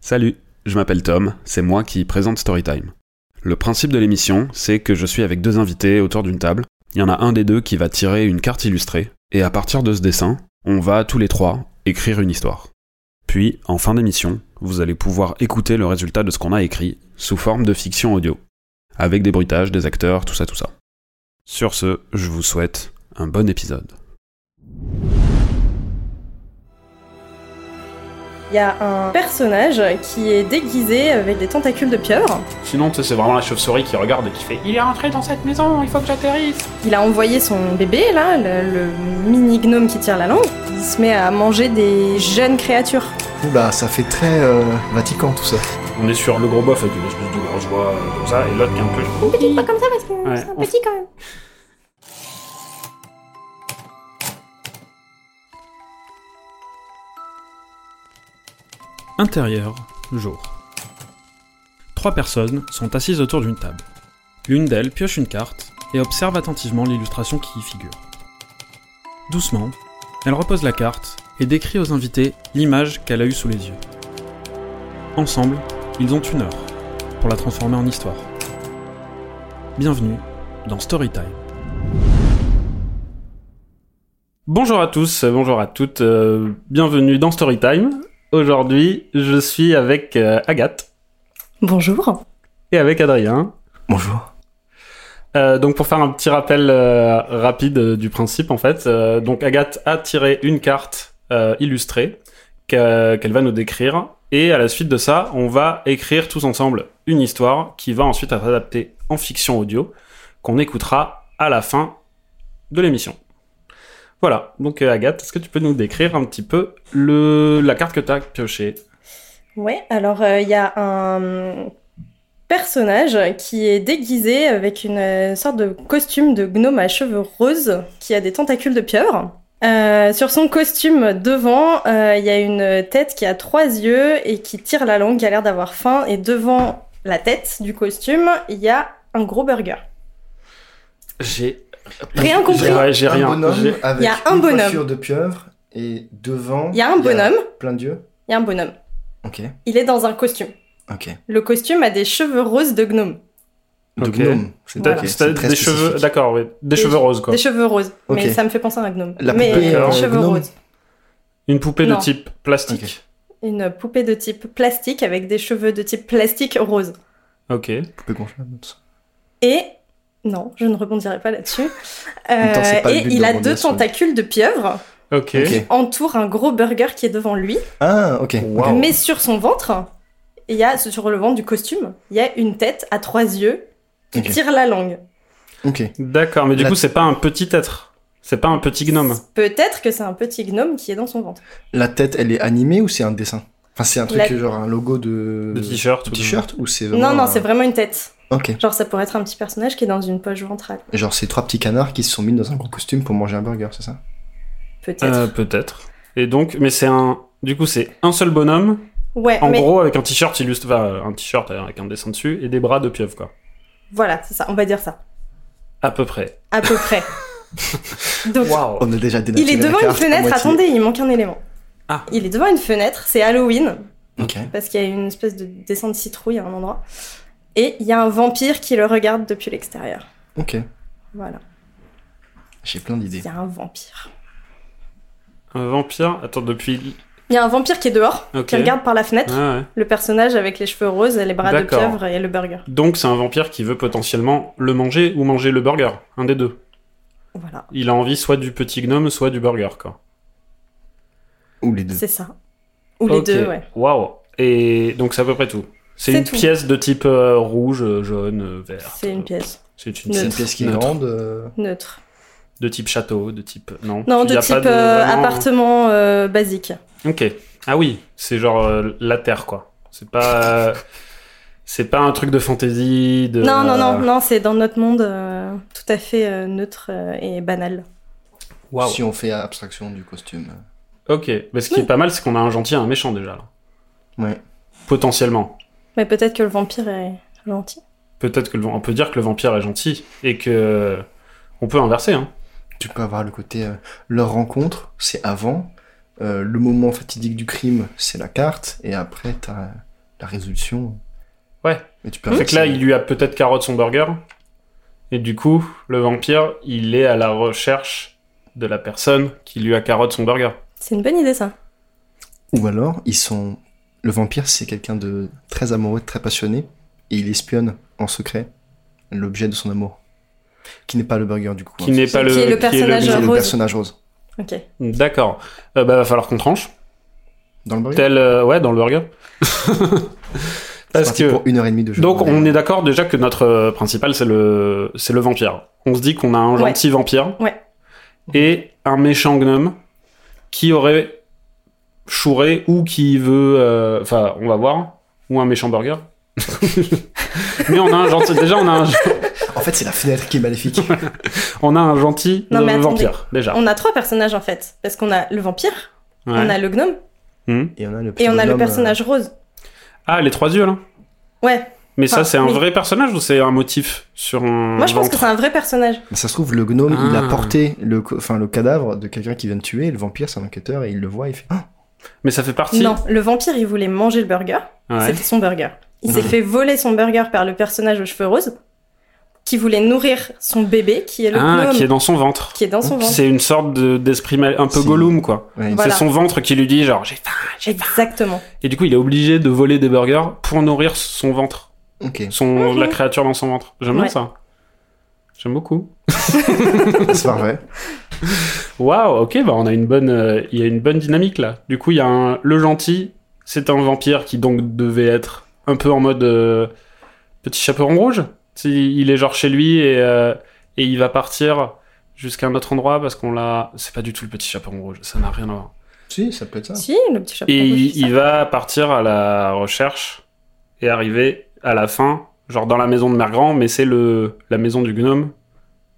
Salut, je m'appelle Tom, c'est moi qui présente Storytime. Le principe de l'émission, c'est que je suis avec deux invités autour d'une table, il y en a un des deux qui va tirer une carte illustrée, et à partir de ce dessin, on va tous les trois écrire une histoire. Puis, en fin d'émission, vous allez pouvoir écouter le résultat de ce qu'on a écrit, sous forme de fiction audio, avec des bruitages, des acteurs, tout ça, tout ça. Sur ce, je vous souhaite un bon épisode. Il y a un personnage qui est déguisé avec des tentacules de pieuvre. Sinon, tu sais, c'est vraiment la chauve-souris qui regarde et qui fait Il est rentré dans cette maison, il faut que j'atterrisse. Il a envoyé son bébé, là, le, le mini gnome qui tire la langue. Il se met à manger des jeunes créatures. Oula, ça fait très euh, Vatican tout ça. On est sur le gros bof avec une espèce de grosse voix euh, comme ça, et l'autre qui est un peu. Oh, Petit, pas comme ça parce que Ouais, c'est un on- petit quand même. Intérieur, jour. Trois personnes sont assises autour d'une table. L'une d'elles pioche une carte et observe attentivement l'illustration qui y figure. Doucement, elle repose la carte et décrit aux invités l'image qu'elle a eue sous les yeux. Ensemble, ils ont une heure pour la transformer en histoire. Bienvenue dans Storytime. Bonjour à tous, euh, bonjour à toutes, euh, bienvenue dans Storytime. Aujourd'hui, je suis avec euh, Agathe Bonjour. et avec Adrien. Bonjour. Euh, donc pour faire un petit rappel euh, rapide euh, du principe en fait, euh, donc Agathe a tiré une carte euh, illustrée qu'a- qu'elle va nous décrire et à la suite de ça, on va écrire tous ensemble une histoire qui va ensuite être adaptée en fiction audio qu'on écoutera à la fin de l'émission. Voilà, donc euh, Agathe, est-ce que tu peux nous décrire un petit peu le la carte que tu as piochée Ouais, alors euh, il y a un personnage qui est déguisé avec une euh, sorte de costume de gnome à cheveux roses qui a des tentacules de pieuvre. Euh, sur son costume devant, euh, il y a une tête qui a trois yeux et qui tire la langue, qui a l'air d'avoir faim. Et devant la tête du costume, il y a un gros burger. J'ai Rien compris. Ouais, J'ai un rien. bonhomme J'ai- avec Il y a un une bonhomme. coiffure de pieuvre et devant. Il y a un bonhomme, Plein d'yeux. il y a un bonhomme. Ok, Il est dans un costume. ok. Le costume a des cheveux roses de gnome. De Ok. gnome. C'est T'as- ok, t'as c'est très des cheveux, spécifique. d'accord, oui. Des- Des cheveux roses quoi. Des cheveux roses. Ok. Mais ça me fait penser à un gnome. La Mais poupée, euh, cheveux gnome. roses. Une poupée Non. de type plastique. Une poupée de type plastique avec des cheveux de type plastique rose. ok. Poupée gonflable, tout ça. Et non, je ne rebondirai pas là-dessus. Euh, même temps, c'est pas le et but de il a rebondir deux sur lui. tentacules de pieuvre Ok. Ok. qui entourent un gros burger qui est devant lui. Ah, ok. ok. Wow. Mais sur son ventre, il y a sur le ventre du costume, il y a une tête à trois yeux qui Ok. tire la langue. Ok. D'accord, mais du La- coup, c'est pas un petit être. C'est pas un petit gnome. Peut-être que c'est un petit gnome qui est dans son ventre. La tête, elle est animée ou c'est un dessin Enfin, c'est un truc La- genre un logo de. De t-shirt. de ou de- Euh, t-shirt ou c'est vraiment. Non, non, euh, c'est vraiment une tête. Ok. Genre, ça pourrait être un petit personnage qui est dans une poche ventrale. Genre, c'est trois petits canards qui se sont mis dans un gros costume pour manger un burger, c'est ça Peut-être. Euh, Peut-être. Et donc, mais c'est un. Du coup, c'est un seul bonhomme, ouais, en mais gros, avec un t-shirt illustre, enfin, euh, un t-shirt avec un dessin dessus et des bras de pieuvre, quoi. voilà, c'est ça, on va dire ça. À peu près. À peu près. Donc, Waouh. On a déjà il dénaturé est la devant une carte à fenêtre, moitié. attendez, il manque un élément. Ah. Il est devant une fenêtre, c'est Halloween, Ok. parce qu'il y a une espèce de dessin de citrouille à un endroit. Et il y a un vampire qui le regarde depuis l'extérieur. Ok. Voilà, J'ai plein d'idées. il y a un vampire. Un vampire. Attends, depuis. Il y a un vampire qui est dehors, Ok. qui regarde par la fenêtre, Ah, ouais. le personnage avec les cheveux roses, les bras de D'accord. pieuvre et le burger. Donc, c'est un vampire qui veut potentiellement le manger ou manger le burger. Un des deux. Voilà, Il a envie soit du petit gnome, soit du burger, quoi. Ou les deux. c'est ça. Ou les Hmm. Ok. deux, ouais. Waouh. Et donc, c'est à peu près tout. C'est C'est une tout. pièce de type euh, rouge, euh, jaune, euh, vert. C'est une pièce C'est une Neutre. C'est une pièce qui est Neutre. grande. euh, neutre. De type château, de type. Non, Non, il de y a type pas euh, vraiment- hein. appartement euh, basique. Ok. Ah oui, c'est genre euh, la terre, quoi. C'est pas. euh, c'est pas un truc de fantaisie. De... Non, non, non, non, c'est dans notre monde euh, tout à fait euh, neutre euh, et banal. Waouh. Si on fait abstraction du costume. Ok. Mais ce qui Oui. est pas mal, c'est qu'on a un gentil et un méchant déjà, là. Ouais. Potentiellement. Mais peut-être que le vampire est gentil. Peut-être que le... on peut dire que le vampire est gentil et que. On peut inverser, hein. Tu peux avoir le côté euh, leur rencontre, c'est avant. euh, le moment fatidique du crime, c'est la carte. Et après, t'as la résolution. Ouais. Mais tu Fait que là, il lui a peut-être carotte son burger. Et du coup, le vampire, il est à la recherche de la personne qui lui a carotte son burger. C'est une bonne idée ça. Ou alors, ils sont. Le vampire, c'est quelqu'un de très amoureux, de très passionné, et il espionne en secret l'objet de son amour. Qui n'est pas le burger, du coup. Qui n'est pas le, Qui est le personnage C'est le Rose. personnage rose. Ok. D'accord. Euh, bah, va falloir qu'on tranche. Dans le burger Tel, euh, ouais, dans le burger. C'est Parce parti que. pour une heure et demie de jeu. Donc, on est d'accord déjà que notre euh, principal, c'est le, c'est le vampire. On se dit qu'on a un Ouais. gentil vampire. Ouais. Et un méchant gnome qui aurait chouré ou qui veut, euh, enfin, on va voir, ou un méchant burger. mais on a un gentil, déjà, on a un, En fait, c'est la fenêtre qui est maléfique. on a un gentil Non, mais euh, attendez. vampire, déjà. On a trois personnages en fait, parce qu'on a le vampire, on Ouais. a le gnome Hmm. Et on a le, et on a le bonhomme, euh, personnage rose. Ah, les trois yeux, là. Ouais. Mais ça, Enfin, c'est un oui. vrai personnage ou c'est un motif sur un. Moi je pense ventre que c'est un vrai personnage. Mais euh, ça se trouve, le gnome, il Ah. a porté le, co- enfin, le cadavre de quelqu'un qui vient de tuer. Le vampire, c'est un enquêteur et il le voit. Il fait Ah, Mais ça fait partie. Non, le vampire il voulait manger le burger. Ouais. C'était son burger. Il s'est Ouais. fait voler son burger par le personnage aux cheveux roses qui voulait nourrir son bébé qui est le Ah, gnome qui est dans son ventre. qui est dans son ventre. C'est une sorte de- d'esprit mal- un peu C'est- Gollum, quoi. ouais, Voilà. C'est son ventre qui lui dit, genre, j'ai faim. Exactement. Et du coup, il est obligé de voler des burgers pour nourrir son ventre, Ok, son, la créature dans son ventre. J'aime bien Mhm. Ouais. ça. J'aime beaucoup. c'est pas vrai. Waouh, ok, bah on a une bonne, euh, il y a une bonne dynamique là. Du coup, il y a un, le gentil, c'est un vampire qui donc devait être un peu en mode euh, petit chaperon rouge. Tu sais, Il est genre chez lui et, euh, et il va partir jusqu'à un autre endroit parce qu'on l'a. C'est pas du tout le petit chaperon rouge, ça n'a rien à voir. Si, ça peut être ça. Si, le petit chaperon Et rouge, il, c'est ça. il va partir à la recherche et arriver à la fin, genre dans la maison de Mergrand, mais c'est le la maison du gnome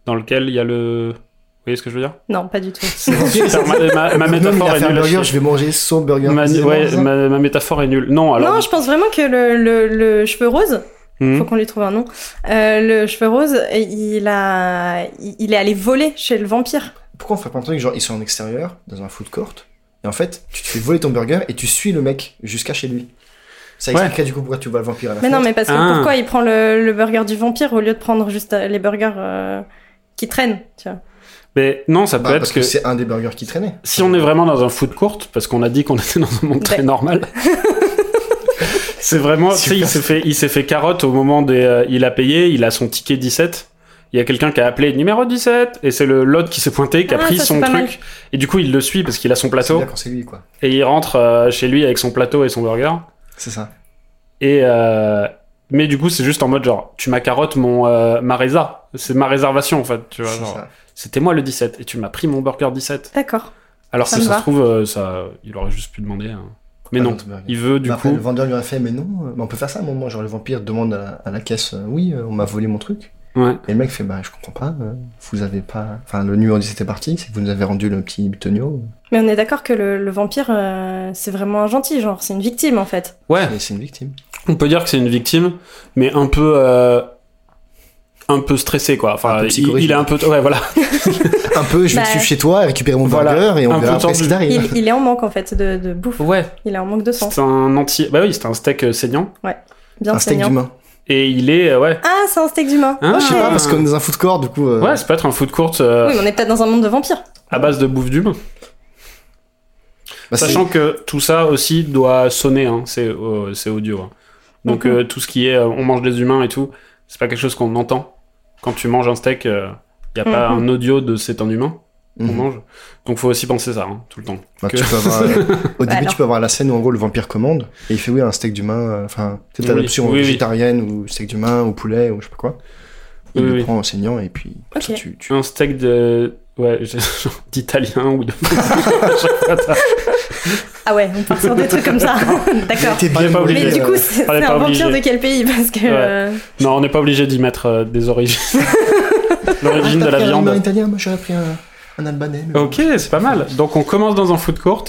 dans lequel il y a le. Vous voyez ce que je veux dire Non, pas du tout. Putain, ma, ma- ma Le gnome, il métaphore a est fait un nulle. à burger, je chier. vais manger son burger. Ma, C'est ouais, vraiment ça ma- ma métaphore est nulle. Non, alors. Non, je pense vraiment que le, le, le cheveu rose, Hmm. faut qu'on lui trouve un nom. Euh, le cheveu rose, il a, il il est allé voler chez le vampire. Pourquoi on fait pas un truc genre ils sont en extérieur, dans un food court, et en fait tu te fais voler ton burger et tu suis le mec jusqu'à chez lui. Ça Ouais. expliquerait du coup pourquoi tu vois le vampire à la Mais non, fenêtre. mais parce que Ah. pourquoi il prend le, le burger du vampire au lieu de prendre juste euh, les burgers euh, qui traînent, tu vois. Mais non, ça peut Bah, être parce que. que, c'est un des burgers qui traînait. si on est vraiment dans un food court, parce qu'on a dit qu'on était dans un monde très Ouais. normal. c'est vraiment, tu sais, il s'est fait, il s'est fait carotte au moment des, euh, il a payé, il a son ticket 17. Il y a quelqu'un qui a appelé numéro 17 et c'est le l'autre qui s'est pointé, qui a Ah, pris ça, son c'est pas truc mal. et du coup il le suit parce qu'il a son C'est plateau bien quand c'est lui quoi. et il rentre euh, chez lui avec son plateau et son burger C'est ça. et euh, mais du coup c'est juste en mode genre tu m'as carotte mon euh, ma résa, c'est ma réservation en fait, tu vois C'est genre, ça. c'était moi le 17 et tu m'as pris mon burger 17. D'accord. Alors Ça si me ça va. se trouve, euh, ça, il aurait juste pu demander. hein. Mais Pas non, notre burger. il veut du Bah, après, coup. le vendeur lui a fait mais non, euh, bah, on peut faire ça à un moment genre le vampire demande à la, à la caisse euh, oui euh, on m'a volé mon truc Ouais. et le mec fait bah je comprends pas euh, vous avez pas enfin le numéro 17 est parti c'est que vous nous avez rendu le petit bitonio Mais on est d'accord que le, le vampire, euh, c'est vraiment un gentil, genre, c'est une victime en fait. ouais, et c'est une victime. on peut dire que c'est une victime, mais un peu. euh, un peu stressé quoi. Un Enfin, peu il- il, psychorigide. est un peu. Ouais, voilà. Un peu je vais Bah, te suivre chez toi et récupérer mon voilà, burger et un on peu verra après ce qui tendu. t'arrive. Il, il est en manque en fait de, de bouffe. Ouais. Il est en manque de sang. C'est un anti. Bah oui, c'est un steak euh, saignant. Bien Un steak saignant. d'humain. Et il est. euh, ouais. Ah, c'est un steak d'humain. Hein, Ok. Je sais pas parce qu'on est dans un food court du coup. euh, Ouais, ça peut être un food court euh, Oui, mais on est peut-être dans un monde de vampires. à base de bouffe d'humain. bah, c'est- Sachant que tout ça aussi doit sonner, hein. c'est euh, c'est audio. hein. Donc Mhm. euh, tout ce qui est euh, on mange des humains et tout, c'est pas quelque chose qu'on entend. Quand tu manges un steak, il n'y a pas Mhm. un audio de c'est un humain qu'on Mhm. mange. Donc faut aussi penser ça, hein, tout le temps. Bah, que- tu peux avoir, euh, au début, alors. tu peux avoir la scène où en gros le vampire commande et il fait oui un steak d'humain, euh, enfin tu sais, t'as Oui, l'option oui, oui. végétarienne ou steak d'humain ou poulet ou je sais pas quoi. Il Oui, le oui. prend en saignant et puis comme ça, Ok. tu, tu- Un steak de... Ouais, j'ai- genre d'italien ou de... Ah ouais, on part sur des trucs comme ça. D'accord. T'es On est pas obligé, Mais du euh, coup, c'est c'est On est pas un vampire obligé. de quel pays Parce que. Ouais. euh, Non, on n'est pas obligé d'y mettre euh, des origines. L'origine t'as de la pris un humain viande. italien, moi j'aurais pris un, un albanais. mais bon. Ok, c'est pas mal. Donc on commence dans un food court.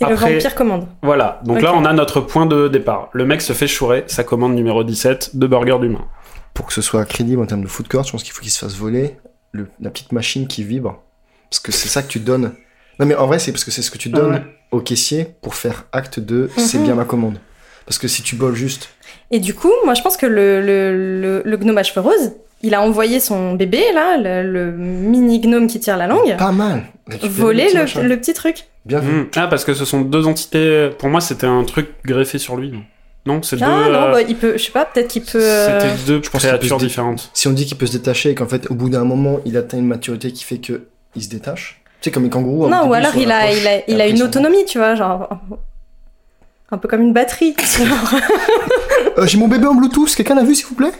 Et le Après- vampire commande. Voilà, donc Ok. là on a notre point de départ. Le mec se fait chourer, sa commande numéro 17 de burger d'humain. Pour que ce soit crédible en termes de food court, je pense qu'il faut qu'il se fasse voler le- la petite machine qui vibre parce que c'est ça que tu donnes. Non mais en vrai c'est parce que c'est ce que tu donnes Ouais. Mhm. au caissier pour faire acte de c'est bien ma commande. Parce que si tu boles juste, Et du coup, moi, je pense que le, le, le, le gnome à cheveux roses, il a envoyé son bébé, là, le, le mini gnome qui tire la Ah, langue, pas mal. Récupérer voler petit le, machin. le petit truc. Bien vu. Hmm. Ah, parce que ce sont deux entités. Pour moi, c'était un truc greffé sur lui. non Non, c'est deux. Ah non, euh, bah, il peut, je sais pas, peut-être qu'il peut. euh, C'était deux pense qu'il peut créatures se dé- différentes. Si on dit qu'il peut se détacher et qu'en fait, au bout d'un moment, il atteint une maturité qui fait que il se détache. Tu sais, comme les kangourous. hein, au Non, début, ou ils alors sont à il la a, poche, il a, et il a après, ils une sont- autonomie, tu vois, genre. Un peu comme une batterie. Genre, Euh, J'ai mon bébé en Bluetooth, quelqu'un l'a vu s'il vous plaît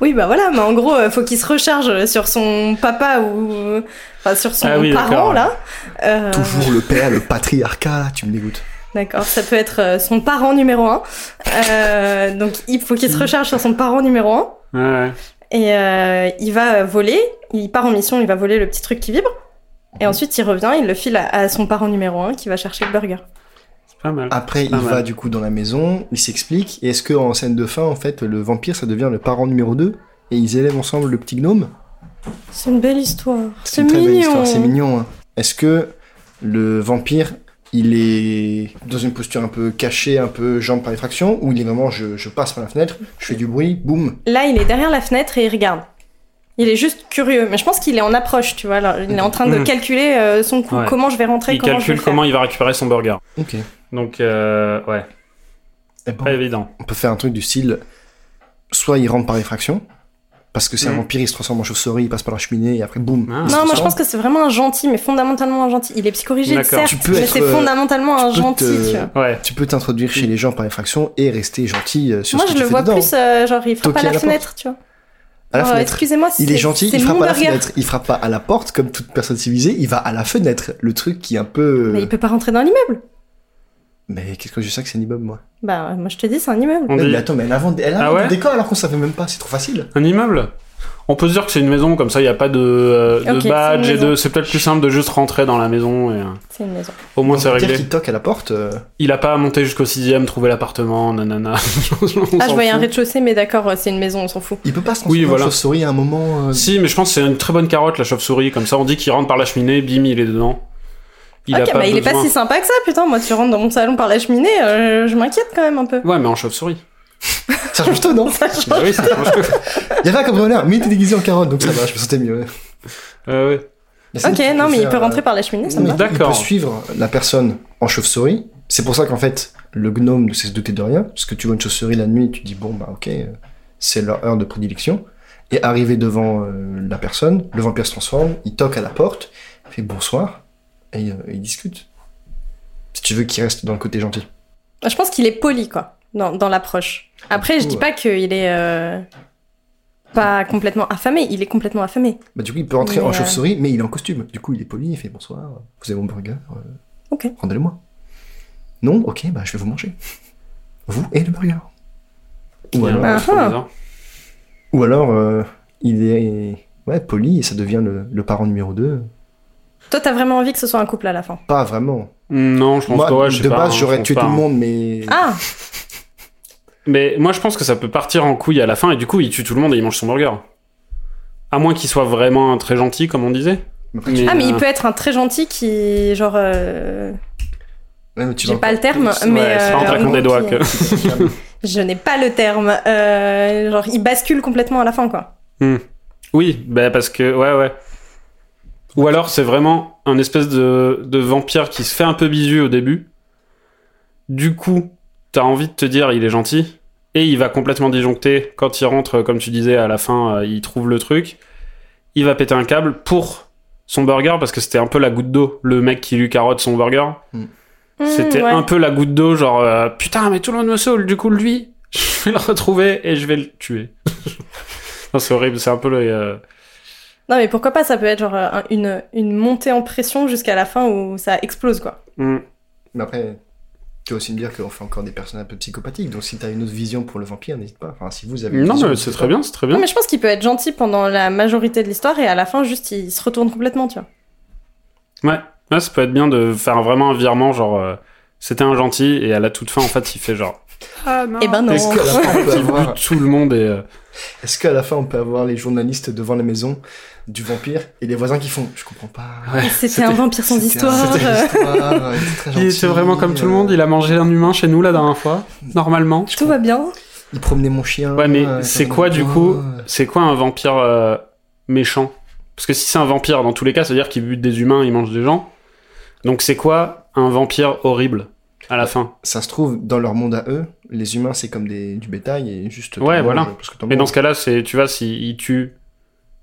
oui, bah voilà, mais en gros, euh, faut qu'il se recharge sur son papa ou. euh, Enfin, sur son Ah oui, parent, d'accord. là. Euh, Toujours le père, le patriarcat, là, tu me dégoûtes. D'accord, ça peut être euh, son parent numéro un. Euh, donc, il faut qu'il se recharge sur son parent numéro un. Ouais, ouais. Et euh, il va voler, il part en mission, il va voler le petit truc qui vibre. Et ensuite, il revient, il le file à, à son parent numéro un qui va chercher le burger. C'est pas mal. Après, il Pas mal. va du coup dans la maison, il s'explique. Et est-ce que en scène de fin, en fait, le vampire, ça devient le parent numéro 2 et ils élèvent ensemble le petit gnome C'est une belle histoire. C'est une très belle mignon. histoire, c'est mignon. hein. Est-ce que le vampire, il est dans une posture un peu cachée, un peu jambe par effraction, ou il est vraiment je, je passe par la fenêtre, je fais du bruit, boum Là, il est derrière la fenêtre et il regarde. Il est juste curieux, mais je pense qu'il est en approche, tu vois. alors, il est en train de Mm. Mhm. calculer euh, son coup, Ouais. comment je vais rentrer, Il comment je vais calcule le faire. comment il va récupérer son burger. Ok. Donc, euh, ouais, Eh ben, pas évident. on peut faire un truc du style soit il rentre par effraction, parce que c'est un Mhm. vampire, il se transforme en chauve-souris, il passe par la cheminée et après boum. Ah. il se Non, moi je transforme. pense que c'est vraiment un gentil, mais fondamentalement un gentil. Il est psychorigide, D'accord. certes, Tu peux mais être, c'est euh, fondamentalement tu un peux euh, gentil, te- tu vois. Ouais. Tu peux t'introduire chez les gens par effraction et rester gentil euh, sur Moi ce je que le tu fais vois dedans. plus, euh, genre il frappe Toquer à la, à la porte. fenêtre, tu vois. à la Genre, fenêtre. Excusez-moi, Il est c'est- gentil, c'est il frappe mon à la burger. fenêtre. Il frappe pas à la porte comme toute personne civilisée, il va à la fenêtre. Le truc qui est un peu. euh, Mais il peut pas rentrer dans l'immeuble. Mais qu'est-ce que je sais que c'est Nibob, moi Bah, moi je te dis, c'est un immeuble. On Ouais, dit Mais attends, mais elle invente, elle Ah invente ouais le décor alors qu'on savait même pas, c'est trop facile. un immeuble. On peut se dire que c'est une maison, comme ça il n'y a pas de, euh, de Ok, c'est badge une et de. maison. C'est peut-être plus simple de juste rentrer dans la maison et euh, C'est une maison. au moins On c'est peut réglé. dire qu'il toque à la porte. euh, Il a pas à monter jusqu'au sixième, trouver l'appartement, nanana. On Ah, je s'en voyais un fout. rez-de-chaussée, mais d'accord, euh, c'est une maison, on s'en fout. Il peut pas se Oui, transformer voilà. en chauve-souris à un moment. euh, Si, mais je pense que c'est une très bonne carotte la chauve-souris. Comme ça, on dit qu'il rentre par la cheminée, bim, il est dedans. Il ok, a pas bah il est pas besoin. si sympa que ça, putain. Moi, tu rentres dans mon salon par la cheminée, euh, je m'inquiète quand même un peu. Ouais, mais en chauve-souris. Ça change tout, non Ça change. Bah oui, ça change. Il y avait un cambrioleur, mais il était déguisé en carotte, donc ça va, je me sentais mieux. Euh, ouais. Mais sinon, Ok, tu peux non, mais il faire, peut euh, rentrer par la cheminée, ça me mais va. D'accord. Il peut suivre la personne en chauve-souris. C'est pour ça qu'en fait, le gnome ne sait se douter de rien. Parce que tu vois une chauve-souris la nuit, tu dis bon, bah ok, euh, c'est leur heure de prédilection. Et arrivé devant euh, la personne, le vampire se transforme, il toque à la porte, il fait bonsoir, et euh, il discute. Si tu veux qu'il reste dans le côté gentil. Bah, Je pense qu'il est poli, quoi, dans, dans l'approche. Après, je dis Ouais. pas qu'il est euh, pas complètement affamé, il est complètement affamé. Bah, du coup, il peut rentrer Mais, en euh, chauve-souris, mais il est en costume. Du coup, il est poli, il fait bonsoir, vous avez mon burger, euh, Ok. rendez-le-moi. Non, ok, bah je vais vous manger. Vous et le burger. Ou alors, Ah, C'est ah. bizarre. Ou alors, euh, il est ouais, poli et ça devient le, le parent numéro 2. Toi, t'as vraiment envie que ce soit un couple à la fin. Pas vraiment. Hmm, Non, je pense Moi, que ouais, je sais de pas, base, hein, je j'aurais pense tué pas, tout le hein. monde, mais... Ah, Mais moi, je pense que ça peut partir en couille à la fin, et du coup, il tue tout le monde et il mange son burger. À moins qu'il soit vraiment très gentil, comme on disait. Mais après, tu- ah mais il euh, peut être un très gentil qui, genre, euh, Ouais, mais tu j'ai vas pas encore- le terme, Ouais, mais c'est pas en euh, claquant des doigts que. je n'ai pas le terme. Euh, genre, il bascule complètement à la fin, quoi. Oui, bah parce que, ouais, ouais. Ou alors c'est vraiment un espèce de, de vampire qui se fait un peu bisu au début. Du coup, t'as envie de te dire il est gentil. Et il va complètement disjoncter. Quand il rentre, comme tu disais, à la fin, euh, il trouve le truc. Il va péter un câble pour son burger parce que c'était un peu la goutte d'eau. Le mec qui lui carotte son burger. Hmm, C'était ouais. un peu la goutte d'eau, genre euh, putain, mais tout le monde me saoule, du coup, lui, je vais le retrouver et je vais le tuer. non, c'est horrible, c'est un peu le. euh, Non mais pourquoi pas, ça peut être genre euh, un- une une montée en pression jusqu'à la fin où ça explose, quoi. hmm. Mais après, tu vas aussi me dire qu'on fait encore des personnes un peu psychopathiques, donc si t'as une autre vision pour le vampire, n'hésite pas. Enfin, si vous avez une Non, vision, mais n'hésitez c'est très pas. bien, c'est très bien. Non mais je pense qu'il peut être gentil pendant la majorité de l'histoire et à la fin juste il se retourne complètement, tu vois. Ouais, là, ça peut être bien de faire vraiment un virement, genre euh, c'était un gentil et à la toute fin, en fait, il fait genre Ah non. Eh ben non. Est-ce qu'à la fin, on peut Petit bout avoir- de tout le monde est. euh, est-ce qu'à la fin, on peut avoir les journalistes devant la maison du vampire et les voisins qui font Je comprends pas. Ouais. C'était un vampire sans C'était- histoire. c'était euh, une histoire, il était très Il gentil, était vraiment comme tout le monde. euh, Il a mangé un humain chez nous la dernière fois. Normalement. Tout va bien. Il promenait mon chien. Ouais, mais euh, c'est dans quoi, le du coin, coup euh, C'est quoi un vampire euh, méchant Parce que si c'est un vampire, dans tous les cas, ça veut dire qu'il bute des humains, il mange des gens. Donc c'est quoi un vampire horrible à la fin Ça se trouve, dans leur monde à eux, les humains, c'est comme des, du bétail et juste. t'en Ouais, manges voilà. euh, parce que t'en Mais dans manges. ce cas-là, c'est tu vois, s'il il tue.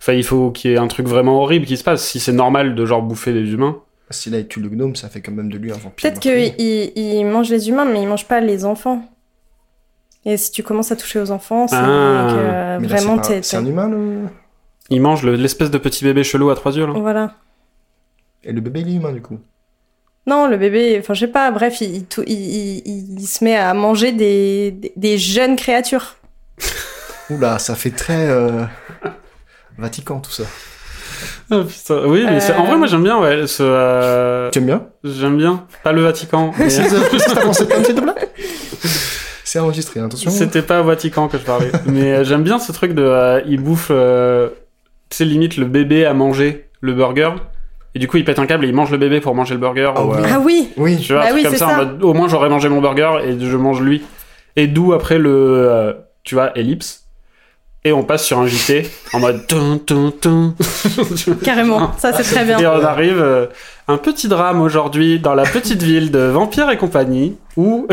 Enfin, il faut qu'il y ait un truc vraiment horrible qui se passe. Si c'est normal de genre bouffer des humains. Ah, Si là, il tue le gnome, ça fait quand même de lui un vampire. Peut-être meurtrier. qu'il il mange les humains, mais il mange pas les enfants. Et si tu commences à toucher aux enfants, c'est Ah. que, euh, Mais là, vraiment c'est pas- t'es. C'est un t'es- humain, le. Il mange le- l'espèce de petit bébé chelou à trois yeux là. Voilà. Et le bébé, il est humain, du coup. Non, le bébé, enfin, je sais pas, bref, il, il, tout- il- il- il se met à manger des, des, des jeunes créatures. Oula, ça fait très. euh, Vatican, tout ça. Ah, putain. Oui, mais c'est- en vrai, moi j'aime bien, ouais. ce, euh, Tu aimes bien J'aime bien. Pas le Vatican. mais- Précise précise ta pensée, comme s'il te plaît. C'est enregistré, attention. C'était pas au Vatican que je parlais. mais euh, j'aime bien ce truc de. euh, il bouffe. euh, tu sais, limite, le bébé à manger le burger. Et du coup, il pète un câble et il mange le bébé pour manger le burger. Ah Ou, ouais. euh, Ah oui Oui, Tu vois, un Bah truc oui, comme c'est ça, en ça. mode, au moins j'aurais mangé mon burger et je mange lui. Et d'où après le, euh, tu vois, ellipse. Et on passe sur un JT en mode tin, tin, tin. Tu vois. Carrément, ça c'est très Et bien. on arrive euh, un petit drame aujourd'hui dans la petite ville de Vampire et compagnie où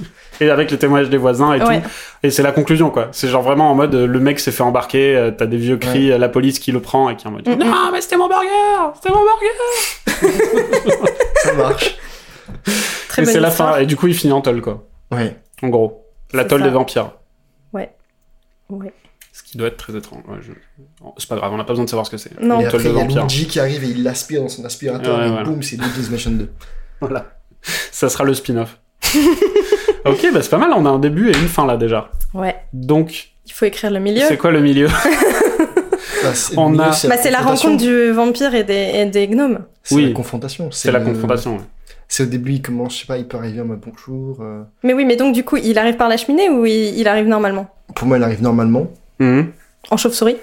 et avec le témoignage des voisins et Ouais. tout. Et c'est la conclusion quoi. C'est genre vraiment en mode euh, le mec s'est fait embarquer, euh, t'as des vieux cris, euh, la police qui le prend et qui est en mode Mm, mm. non mais c'était mon burger, c'était mon burger. ça marche. Très et bonne c'est la histoire. fin. Et du coup il finit en tol quoi. Ouais. En gros, la C'est tôle ça. des vampires. Ouais. Ce qui doit être très étrange. Ouais, je- bon, C'est pas grave, on n'a pas besoin de savoir ce que c'est. Non. Et Une tôle après, de il y a vampire. Luigi qui arrive et il l'aspire dans son aspirateur Ouais, et voilà. boum, c'est Luigi's Mansion 2. Voilà. Ça sera le spin-off. ok, bah c'est pas mal, on a un début et une fin là déjà. Ouais, Donc, il faut écrire le milieu. c'est quoi le milieu Bah, c'est- On le milieu, a- Bah, c'est la confrontation. rencontre du vampire et des, et des gnomes. C'est Oui. la confrontation. C'est la le- confrontation. ouais. C'est au début, il commence, je sais pas, il peut arriver en mode bonjour. euh. Mais oui, mais donc du coup, il arrive par la cheminée ou il, il arrive normalement Pour moi, il arrive normalement. Mhm. En chauve-souris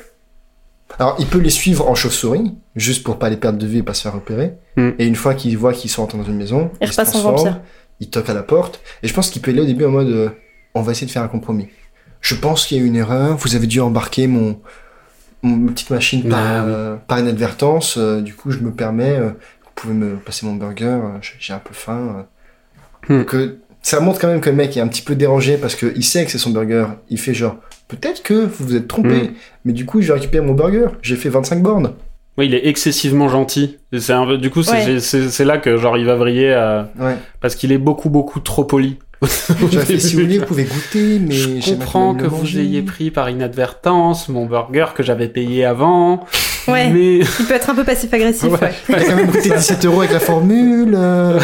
Alors, il peut les suivre en chauve-souris, juste pour pas les perdre de vue et pas se faire repérer. Mm. Et une fois qu'il voit qu'ils sont entrés dans une maison, Il se repasse en transforme, vampire. Il toque à la porte. Et je pense qu'il peut aller au début en mode euh, on va essayer de faire un compromis. Je pense qu'il y a eu une erreur, vous avez dû embarquer mon, mon petite machine par, Ah, oui. euh, par inadvertance, euh, du coup, je me permets, euh, vous pouvez me passer mon burger, euh, j'ai- j'ai un peu faim. euh. Hmm. Que, ça montre quand même que le mec est un petit peu dérangé parce qu'il sait que c'est son burger. Il fait genre, peut-être que vous vous êtes trompé, Hmm. mais du coup, je vais récupérer mon burger, j'ai fait 25 bornes. Oui, il est excessivement gentil. Et c'est un peu- Du coup, c'est Ouais. c'est- c'est là que genre il va vriller à- Ouais. parce qu'il est beaucoup, beaucoup trop poli. J'aurais fait, si vous voulez, vous pouvez goûter, mais je j'aimerais comprends le que vous manger. ayez pris par inadvertance mon burger que j'avais payé avant. Ouais, Mais... il peut être un peu passif-agressif. Ouais. Ouais. T'as Bah, quand même coûté 17 euros avec la formule. euh,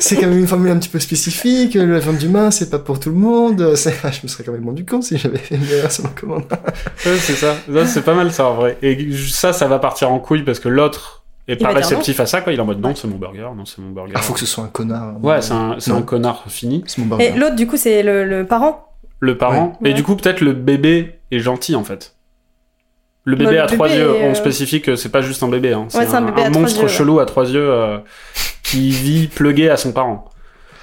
C'est quand même une formule un petit peu spécifique. euh, La viande d'humain, c'est pas pour tout le monde. euh, c'est- Je me serais quand même rendu compte si j'avais fait une erreur sur ma commande. Ouais, c'est ça. Ça, c'est pas mal ça en vrai. Et ça, ça va partir en couille parce que l'autre est pas va dire non. réceptif à ça quoi. Il est en mode non, c'est mon burger, non, c'est mon burger. Ah, faut que ce soit un connard. Ouais, c'est un, c'est Non. un connard fini. C'est mon burger. Et l'autre, du coup, c'est le, le parent. Le parent. Ouais. Et du coup, peut-être le bébé est gentil en fait. Le bébé Bah, le à trois bébé yeux, est, on euh, spécifie que c'est pas juste un bébé. Hein. C'est c'est un un, bébé à un trois monstre yeux, ouais. chelou à trois yeux euh, qui vit plugué à son parent.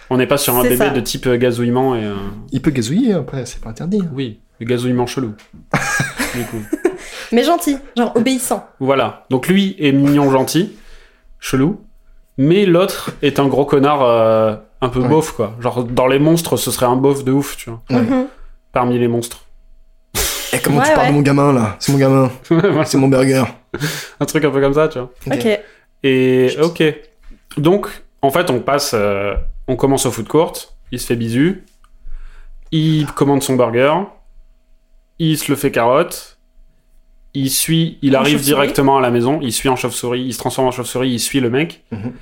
On n'est pas sur un C'est bébé ça. de type euh, gazouillement et. euh, Il peut gazouiller après, c'est pas interdit. hein. Oui, le gazouillement chelou. du coup. Mais gentil, genre obéissant. Voilà. Donc lui est mignon, gentil, chelou, mais l'autre est un gros connard euh, un peu Ouais. beauf, quoi. Genre, dans les monstres, ce serait un beauf de ouf, tu vois. Ouais. Mhm. Parmi les monstres. Et Eh, comment Ouais, tu parles ouais. de mon gamin là C'est mon gamin, Voilà. c'est mon burger. un truc un peu comme ça, tu vois. Ok. Et Juste. ok. Donc, en fait, on passe, euh, on commence au food court, il se fait bisu, il commande son burger, il se le fait carotte, il suit, il En arrive chauve-souris. directement à la maison, il suit en chauve-souris, il se transforme en chauve-souris, il suit le mec, Mhm.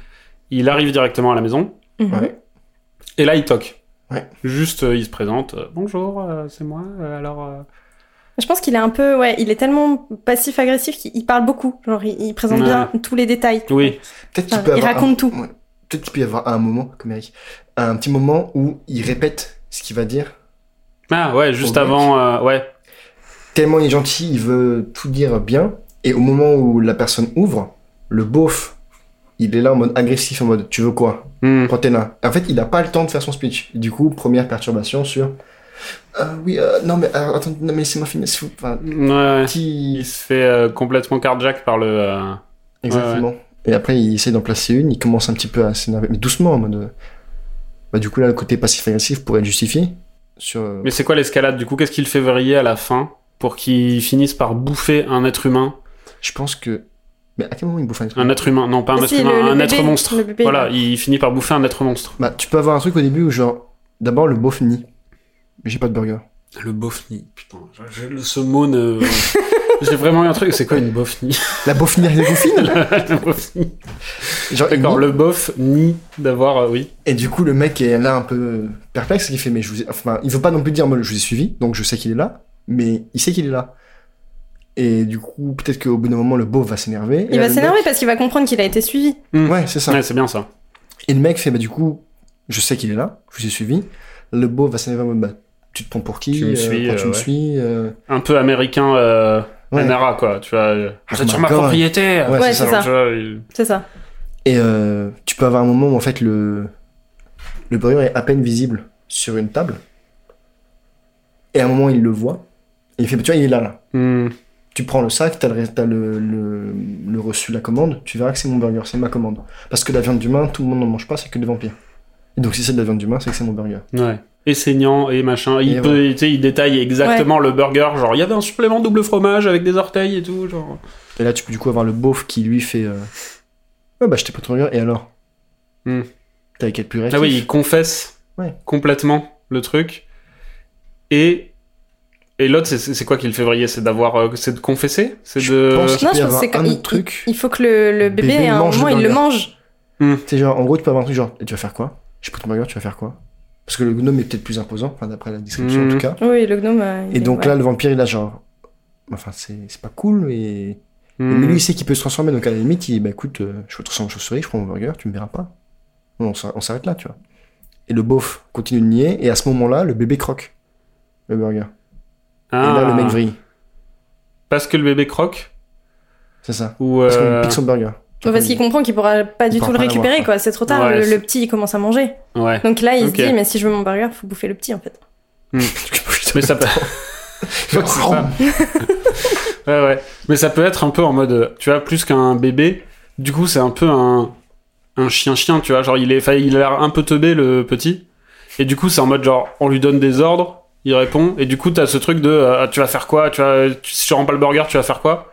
il arrive directement à la maison, Mhm. Ouais. et là, il toque. Ouais. Juste, euh, il se présente. euh, Bonjour, euh, c'est moi. euh, alors, euh, Je pense qu'il est un peu, ouais, il est tellement passif-agressif qu'il il parle beaucoup. Genre, il, il présente Ouais. bien tous les détails. oui, Peut-être qu'il Enfin, peut il avoir un- raconte tout. Peut-être qu'il peut y avoir un moment, comme Eric, un petit moment où il répète ce qu'il va dire. Ah ouais, juste Au avant, euh, ouais. Tellement il est gentil, il veut tout dire bien. Et au moment où la personne ouvre, le beauf, il est là en mode agressif, en mode tu veux quoi Hmm. Quand t'es là. En fait, il n'a pas le temps de faire son speech. Du coup, première perturbation sur. Euh, oui, euh, non, mais euh, attendez, non, mais laissez-moi finir. s'il vous- Enfin, Ouais. petit- Il se fait euh, complètement carjack par le. euh, Exactement. Et après, il essaie d'en placer une, il commence un petit peu à s'énerver, mais doucement, en mode. euh, Bah, du coup, là, le côté passif-agressif pourrait être justifié. Sur... euh, Mais c'est quoi l'escalade du coup Qu'est-ce qu'il fait vriller à la fin pour qu'il finisse par bouffer un être humain Je pense que. Mais à quel moment il bouffe un truc Un être humain, non pas un Si, être humain, le- le un bébé, être monstre. le bébé, voilà, là. il finit par bouffer un être monstre. Bah, tu peux avoir un truc au début où, genre, d'abord le beau fini. Mais j'ai pas de burger. Le bofni, putain, je- je- ce mot ne. J'ai vraiment eu un truc, c'est quoi une bofni La beau fini, elle est bouffine Le bofni. Genre, il D'accord, dit- le bof ni d'avoir, euh, oui. Et du coup, le mec est là un peu perplexe, il fait, mais je vous ai... Enfin, il veut pas non plus dire, moi, je vous ai suivi, donc je sais qu'il est là, mais il sait qu'il est là. Et du coup, peut-être qu'au bout d'un moment, le beau va s'énerver. Et Il là, va le s'énerver parce qu'il va comprendre qu'il a été suivi. mec- Ouais, c'est ça. Ouais, c'est bien ça. Et le mec fait, bah, du coup, je sais qu'il est là, je vous ai suivi. Le beau va s'énerver en mode, bah, tu te prends pour qui Tu me suis, pourquoi tu euh, me ouais. suis euh, Un peu américain, euh, ouais. NRA, quoi, tu vois. euh, Ah, c'est sur my ma God. propriété Ouais, Ouais, c'est c'est ça. ça. Tu vois, il- C'est ça. Et euh, tu peux avoir un moment où, en fait, le, le burger est à peine visible sur une table. Et à un moment, il le voit. Et il fait, bah, tu vois, il est là, là. Hmm. Tu prends le sac, t'as le, t'as le, le, le reçu de la commande, tu verras que c'est mon burger, c'est ma commande. Parce que la viande d'humain, tout le monde n'en mange pas, c'est que des vampires. Et donc si c'est de la viande d'humain, c'est que c'est mon burger. Ouais. Et saignant et machin. Il, Et peut, tu sais, il détaille exactement le burger. Genre, il y avait un supplément double fromage avec des orteils et tout. Genre. Et là, tu peux du coup avoir le beauf qui lui fait... Euh... Ouais, bah j'étais pas ton burger, et alors Hmm. T'as avec quel purée Ah oui, il confesse Ouais. complètement le truc. Et, et l'autre, c'est- c'est c'est quoi qui le fait vriller C'est d'avoir. euh, c'est de confesser C'est Je de. pense qu'il Non, peut je y pense avoir que c'est un quand- autre truc. Il faut que le, le bébé, Bébé à un mange le moment, il le burger. mange. Hmm. C'est genre, en gros, tu peux avoir un truc genre, et tu vas faire quoi J'ai pris ton burger, tu vas faire quoi Parce que le gnome est peut-être plus imposant, enfin, d'après la description Mhm. en tout cas. Oui, le gnome. euh, il Et est- donc ouais. là, le vampire, il a genre. Enfin, c'est c'est pas cool, et. Hmm. Mais lui, il sait qu'il peut se transformer, donc à la limite, il dit Bah écoute, euh, je me transforme en chauve-souris, je prends mon burger, tu me verras pas. On, s'arr- on s'arrête là, tu vois. Et le beauf continue de nier, et à ce moment-là, le bébé croque le burger. Ah. Et là, le mec vrille. Parce que le bébé croque C'est ça. Ou. Parce qu'on euh, lui pique son burger. Ouais, parce qu'il comprend qu'il pourra pas Il du tout pourra le pas l'avoir, récupérer, quoi. quoi. C'est trop tard. Ouais, le, c'est- le petit, il commence à manger. Ouais. Donc là, il Ok. se dit, mais si je veux mon burger, faut bouffer le petit, en fait. Mais ça peut. Ouais, c'est ça. Ouais, ouais. Mais ça peut être un peu en mode, euh, tu vois, plus qu'un bébé. Du coup, c'est un peu un un chien-chien, tu vois. Genre, il est, enfin, il a l'air un peu teubé le petit. Et du coup, c'est en mode genre, on lui donne des ordres, il répond. Et du coup, t'as ce truc de, euh, tu vas faire quoi Tu vas, tu- si tu rends pas le burger, tu vas faire quoi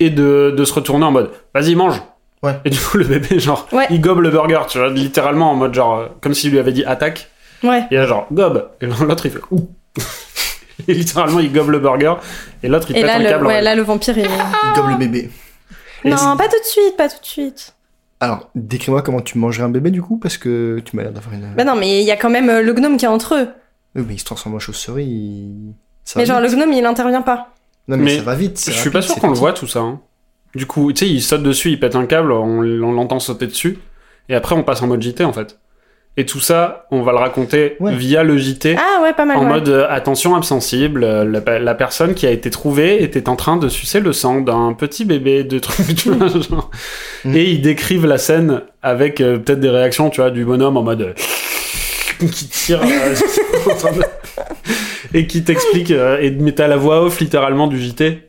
Et de, de se retourner en mode, vas-y, mange. Ouais. Et du coup, le bébé, genre, Ouais. il gobe le burger, tu vois, littéralement en mode genre, euh, comme s'il lui avait dit attaque. Ouais. Et là, genre, gobe. Et l'autre, il fait, ouh. et littéralement, il gobe le burger. Et l'autre, il Et pète là un le, câble. ouais, là, le vampire, il. Il gobe le bébé. Et non, pas tout de suite, pas tout de suite. Alors, décris-moi comment tu mangerais un bébé du coup, parce que tu m'as l'air d'avoir une. Bah non, mais il y a quand même euh, le gnome qui est entre eux. Oui, mais il se transforme en chauve-souris. il- Ça va Mais genre, le vite. gnome, il intervient pas. Non, mais, Mais ça va vite. Je c'est suis rapide, pas sûr c'est qu'on le petit. voit, tout ça. hein. Du coup, tu sais, il saute dessus, il pète un câble, on, on l'entend sauter dessus. Et après, on passe en mode JT, en fait. Et tout ça, on va le raconter Ouais. via le JT. Ah ouais, pas mal. En ouais. mode euh, attention absensible, euh, la, pe- la personne qui a été trouvée était en train de sucer le sang d'un petit bébé de trucs, tu vois, genre. Mm. Et ils décrivent la scène avec euh, peut-être des réactions, tu vois, du bonhomme en mode euh, qui tire euh, en train de- et qui t'explique euh, et mais t'as la voix off littéralement du JT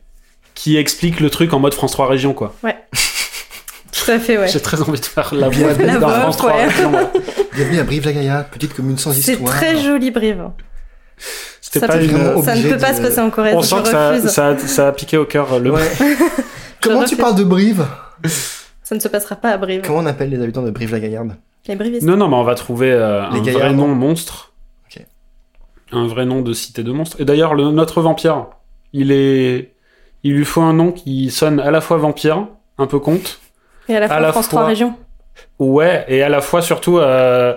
qui explique le truc en mode France 3 Région quoi. Tout à fait, ouais. J'ai très envie de faire la Bien voix vu. dans La voix France off, 3 ouais. Région. ouais. Bienvenue à Brive-la-Gaillarde, petite commune sans C'est histoire. très joli, Brive. C'était Ça pas peut- une- vraiment- Ça Obligé ne peut pas de- se passer en Corée, On je sent que ça, refuse. Ça... ça, ça a piqué au cœur euh, le. Ouais. Comment tu refuse. parles de Brive ne se passera pas à Brive. Comment on appelle les habitants de Brive-la-Gaillarde Les Brivistes. Non, non, mais on va trouver euh, Les un vrai gaillards, nom non. monstre. Ok. Un vrai nom de cité de monstres. Et d'ailleurs, le- notre vampire, il est. Il lui faut un nom qui sonne à la fois vampire, un peu conte, Et à la fois la France fois- 3 Régions. ouais, et à la fois surtout euh,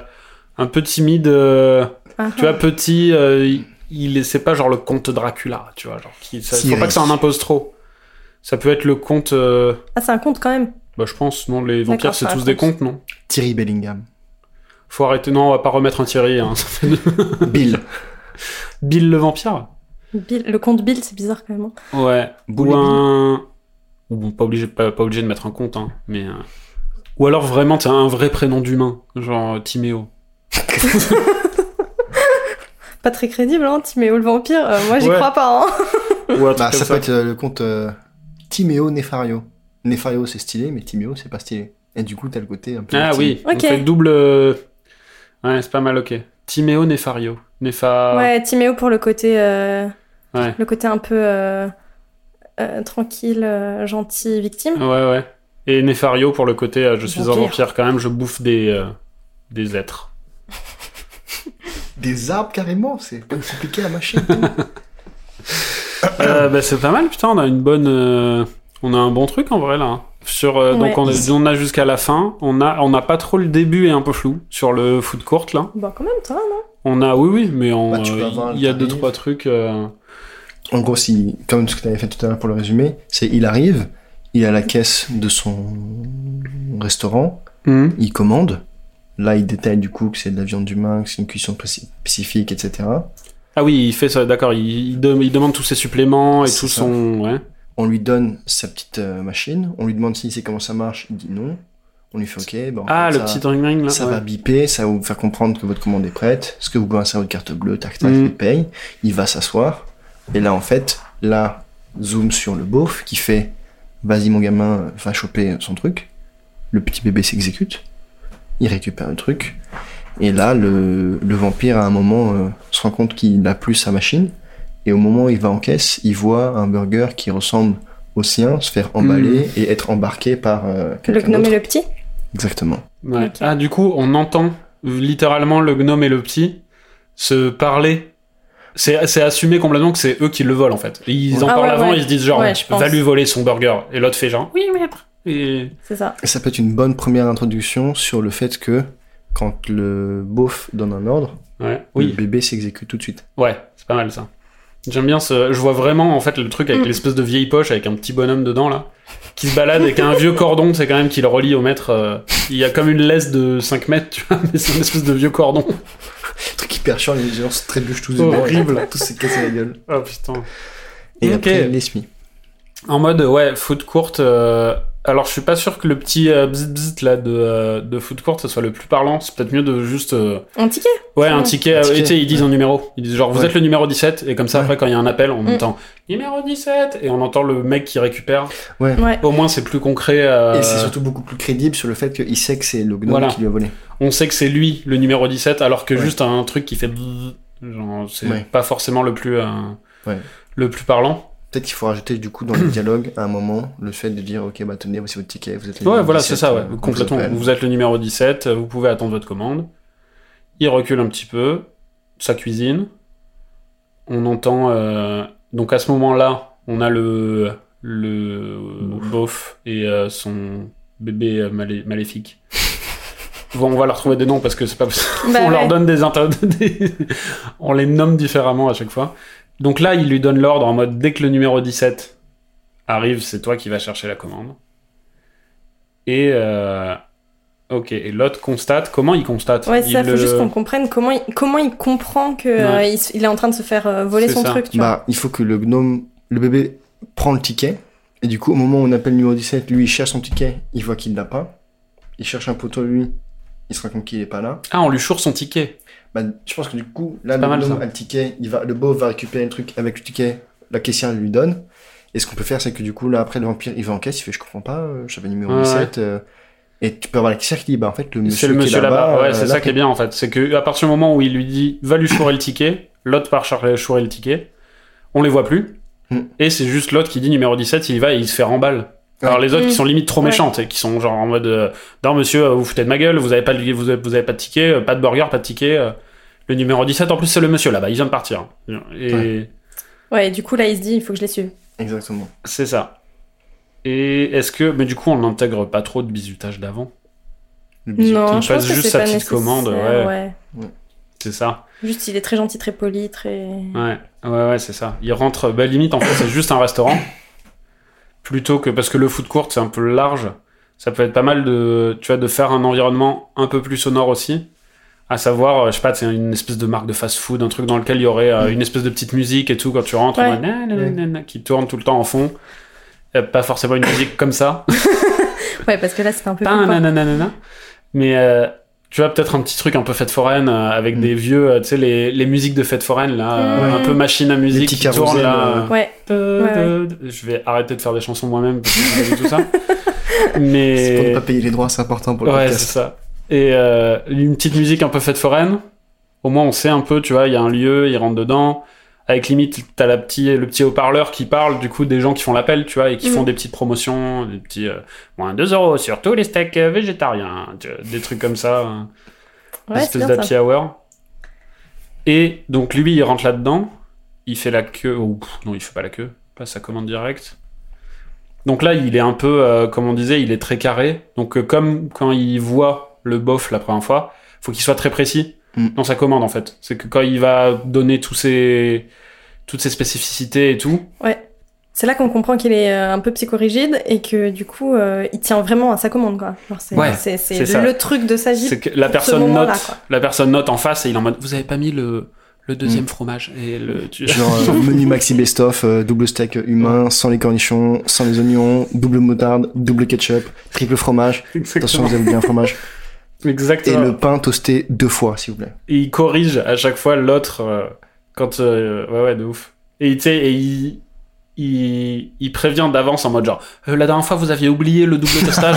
un peu timide. euh, Ah, tu vois, petit. euh, il- il est- c'est pas genre le comte Dracula, tu vois. Genre, qui, ça, faut Cyril. pas que ça en impose trop. Ça peut être le comte. euh, ah, c'est un conte quand même. bah, je pense, non, les vampires, D'accord, c'est ça tous des raconte. contes, non Thierry Bellingham. Faut arrêter. Non, on va pas remettre un Thierry. hein. Ça fait deux. Bill. Bill le vampire. Bill- le compte Bill, c'est bizarre quand même. hein. Ouais. Boule ou un. Ou bon, pas obligé, pas, pas obligé de mettre un compte, hein. Mais. euh, Ou alors vraiment, t'as un vrai prénom d'humain, genre euh, Timéo. Pas très crédible, hein, Timéo le vampire. euh, moi, j'y Ouais. crois pas. Hein. Ou un truc Bah, comme ça peut être euh, le compte euh, Timéo Nefario. Nefario, c'est stylé, mais Timéo, c'est pas stylé. Et du coup, t'as le côté un peu. Ah Tim- oui, Ok. on fait le double. euh, Ouais, c'est pas mal, ok. Timéo Nefario. Nefa. Ouais, Timéo pour le côté, euh, Ah. Ouais. le côté un peu euh, euh, tranquille, euh, gentil, victime. Ouais, ouais. Et Nefario pour le côté, euh, je suis un Vampire. vampire quand même, je bouffe des, euh, des êtres. Des arbres, carrément, c'est pas compliqué à mâcher. Euh, bah, c'est pas mal, putain, on a une bonne. euh, On a un bon truc en vrai là. hein. Sur, euh, Donc Ouais. on, est- on a jusqu'à la fin. On a, on a pas trop le début et un peu flou sur le foot court là. Bon, quand même, toi, hein. non On a, oui, oui, mais on, Bah, tu peux euh, avoir le il y a deux, tarif. trois trucs. euh, En gros, si, comme ce que tu avais fait tout à l'heure pour le résumé, c'est il arrive, il est à la caisse de son restaurant, il commande. Là, il détaille du coup que c'est de la viande d'humain, que c'est une cuisson précis- spécifique, etc. Ah oui, il fait ça, d'accord. Il, il dem- il demande tous ses suppléments et C'est tout ça. son. Ouais. On lui donne sa petite euh, machine, on lui demande si c'est comment ça marche, il dit non. On lui fait ok, bah, en Ah, fait, le ça- petit ring ring là. Ça ouais. va biper, ça va vous faire comprendre que votre commande est prête. Ce que vous pouvez insérer votre carte bleue, tac tac, Mm. il paye. Il va s'asseoir. Et là, en fait, là, zoom sur le beauf qui fait Vas-y, mon gamin, euh, va choper son truc. Le petit bébé s'exécute. Il récupère le truc. Et là, le, le vampire, à un moment, euh, se rend compte qu'il n'a plus sa machine. Et au moment où il va en caisse, il voit un burger qui ressemble au sien se faire emballer et être embarqué par Mm. euh, Le quelqu'un gnome d'autre. et le petit. Exactement. Ouais. Ok. Ah, du coup, on entend littéralement le gnome et le petit se parler. C'est c'est assumé complètement que c'est eux qui le volent en fait. Et Ils en Ah parlent ouais, avant, ouais. ils se disent genre Ouais, je pense. va lui voler son burger. Et l'autre fait genre oui, mais après. Et... C'est ça. Ça peut être une bonne première introduction sur le fait que quand le beauf donne un ordre, Ouais, le oui, bébé s'exécute tout de suite. ouais, c'est pas mal ça. J'aime bien ce. Je vois vraiment en fait le truc avec Mm. l'espèce de vieille poche avec un petit bonhomme dedans là qui se balade et qui a un vieux cordon, c'est quand même qui le relie au maître. euh, Il y a comme une laisse de 5 mètres, tu vois, mais c'est une espèce de vieux cordon. Le truc hyper chiant, les gens se trébuchent tous Horrible. tous se cassent la gueule. Oh putain. Et Ok. après, il l'essuie. En mode, ouais, foot courte. euh, Alors, je suis pas sûr que le petit euh, bzz bzz, là de, euh, de foot courte, ce soit le plus parlant. C'est peut-être mieux de juste. euh, Un ticket Ouais, Ouais. un ticket. Un euh, ticket, et tu sais, ils disent un numéro. Ils disent genre, vous Ouais. êtes le numéro 17. Et comme ça, Ouais. après, quand il y a un appel, on Mm. entend numéro 17. Et on entend le mec qui récupère. Ouais. Au moins, c'est plus concret. euh, Et c'est surtout beaucoup plus crédible sur le fait qu'il sait que c'est le gnome Voilà. qui lui a volé. On sait que c'est lui, le numéro 17, alors que Ouais. juste un truc qui fait. bzz, Genre, c'est Ouais. pas forcément le plus. euh, Ouais. Le plus parlant. Peut-être qu'il faut rajouter du coup dans le dialogue à un moment le fait de dire ok bah tenez voici votre ticket vous êtes le Ouais, numéro voilà, 17, c'est ça, ouais, euh, on vous complètement. appelle. Vous êtes le numéro 17, vous pouvez attendre votre commande. Il recule un petit peu, ça cuisine. On entend. euh, donc à ce moment-là, on a le. le. beauf et euh, son bébé euh, malé- maléfique. Bon, on va leur trouver des noms parce que c'est pas possible. Bah on leur ouais. donne des, inter- des- On les nomme différemment à chaque fois. Donc là, il lui donne l'ordre en mode dès que le numéro 17 arrive, c'est toi qui vas chercher la commande. Et. euh, Ok, et l'autre constate. Comment il constate Ouais, ça, Il faut le- juste qu'on comprenne comment il, comment il comprend que euh, Ouais. il, s- il est en train de se faire euh, voler C'est son ça. truc, tu vois. Bah il faut que le gnome le bébé prend le ticket et du coup au moment où on appelle le numéro 17 lui il cherche son ticket il voit qu'il l'a pas il cherche un poteau lui il se rend compte qu'il est pas là Ah, on lui choure son ticket. Bah, je pense que du coup, là, pas le mal, gnome ça. a le ticket, il va, le beau va récupérer le truc avec le ticket, la caissière lui donne. Et ce qu'on peut faire, c'est que du coup, là, après, le vampire, il va en caisse, il fait, je comprends pas, euh, j'avais numéro Ouais, 17. euh, et tu peux avoir la caissière qui dit, bah, en fait, le monsieur. C'est le qui est monsieur là-bas. ouais, euh, c'est l'a ça qui pris. est bien en fait. C'est que à partir du moment où il lui dit va lui chourer le ticket, l'autre part char- chourer le ticket, on les voit plus. Hmm. Et c'est juste l'autre qui dit numéro 17, il y va et il se fait remballe. Ouais. Alors les autres Hmm. qui sont limite trop Ouais. méchantes et qui sont genre en mode euh, non monsieur euh, vous foutez de ma gueule, vous avez pas de, vous avez, vous avez pas de ticket, euh, pas de burger, pas de ticket. euh, le numéro 17 en plus c'est le monsieur là-bas, il vient de partir. Et Ouais. Ouais, et du coup, là, il se dit, il faut que je les suive. Exactement. c'est ça. Et est-ce que mais du coup on n'intègre pas trop de bisutage d'avant Le bisou. Non, il je passe pense que juste c'est sa pas petite nécessaire, commande, ouais. ouais. C'est ça. Juste, il est très gentil, très poli, très... Ouais, ouais, ouais, c'est ça. Il rentre, bah, limite, en fait, c'est juste un restaurant. Plutôt que, parce que le food court, c'est un peu large. Ça peut être pas mal de, tu vois, de faire un environnement un peu plus sonore aussi. à savoir, euh, je sais pas, c'est une espèce de marque de fast-food, un truc dans lequel il y aurait euh, une espèce de petite musique et tout quand tu rentres, Ouais. en mode na, na, na, na, na, qui tourne tout le temps en fond. Euh, pas forcément une musique comme ça. Ouais, parce que là, c'était un peu. Pas plus un fort. nanana, nanana. Mais euh, tu vois, peut-être un petit truc un peu fête foraine euh, avec Mm. des vieux, euh, tu sais, les, les musiques de fête foraine, là, euh, Mm. un peu machine à musique petits qui tourne carousels, là. euh, Ouais, Euh, Ouais, euh, Je vais arrêter de faire des chansons moi-même parce que j'ai pas vu tout ça. C'est pour ne Mais. pas payer les droits, c'est important pour le Ouais, podcast. c'est ça. Et euh, une petite musique un peu faite foraine. Au moins, on sait un peu, tu vois, il y a un lieu, il rentre dedans. Avec limite, t'as la petit, le petit haut-parleur qui parle, du coup, des gens qui font l'appel, tu vois, et qui Mhm. font des petites promotions, des petits, euh, moins 2 euros sur tous les steaks euh, végétariens, tu vois, des trucs comme ça. hein ouais, c'est espèce bien d'happy ça. hour. Et donc lui, il rentre là-dedans, il fait la queue, ou pff, non, il fait pas la queue, il passe sa commande directe. Donc là, il est un peu, euh, comme on disait, il est très carré. Donc euh, comme quand il voit le bof la première fois, faut qu'il soit très précis Mm. dans sa commande en fait. C'est que quand il va donner tous ses, toutes ses spécificités et tout, C'est là qu'on comprend qu'il est euh, un peu psychorigide et que du coup, euh, il tient vraiment à sa commande, quoi. Genre, C'est Ouais, c'est- c'est c'est ça. le truc de sa vie. c'est que la ce personne moment-là, note, quoi. la personne note en face et il est en mode, vous avez pas mis le, le deuxième fromage et le, tu- Genre euh, menu maxi best-of, euh, double steak humain, sans les cornichons, sans les oignons, double moutarde, double ketchup, triple fromage. Attention, Exactement. vous avez bien un fromage. Et Exactement. le pain toasté deux fois, s'il vous plaît. Et il corrige à chaque fois l'autre euh, quand euh, ouais ouais de ouf et tu sais et il, il il prévient d'avance en mode genre Euh, la dernière fois vous aviez oublié le double testage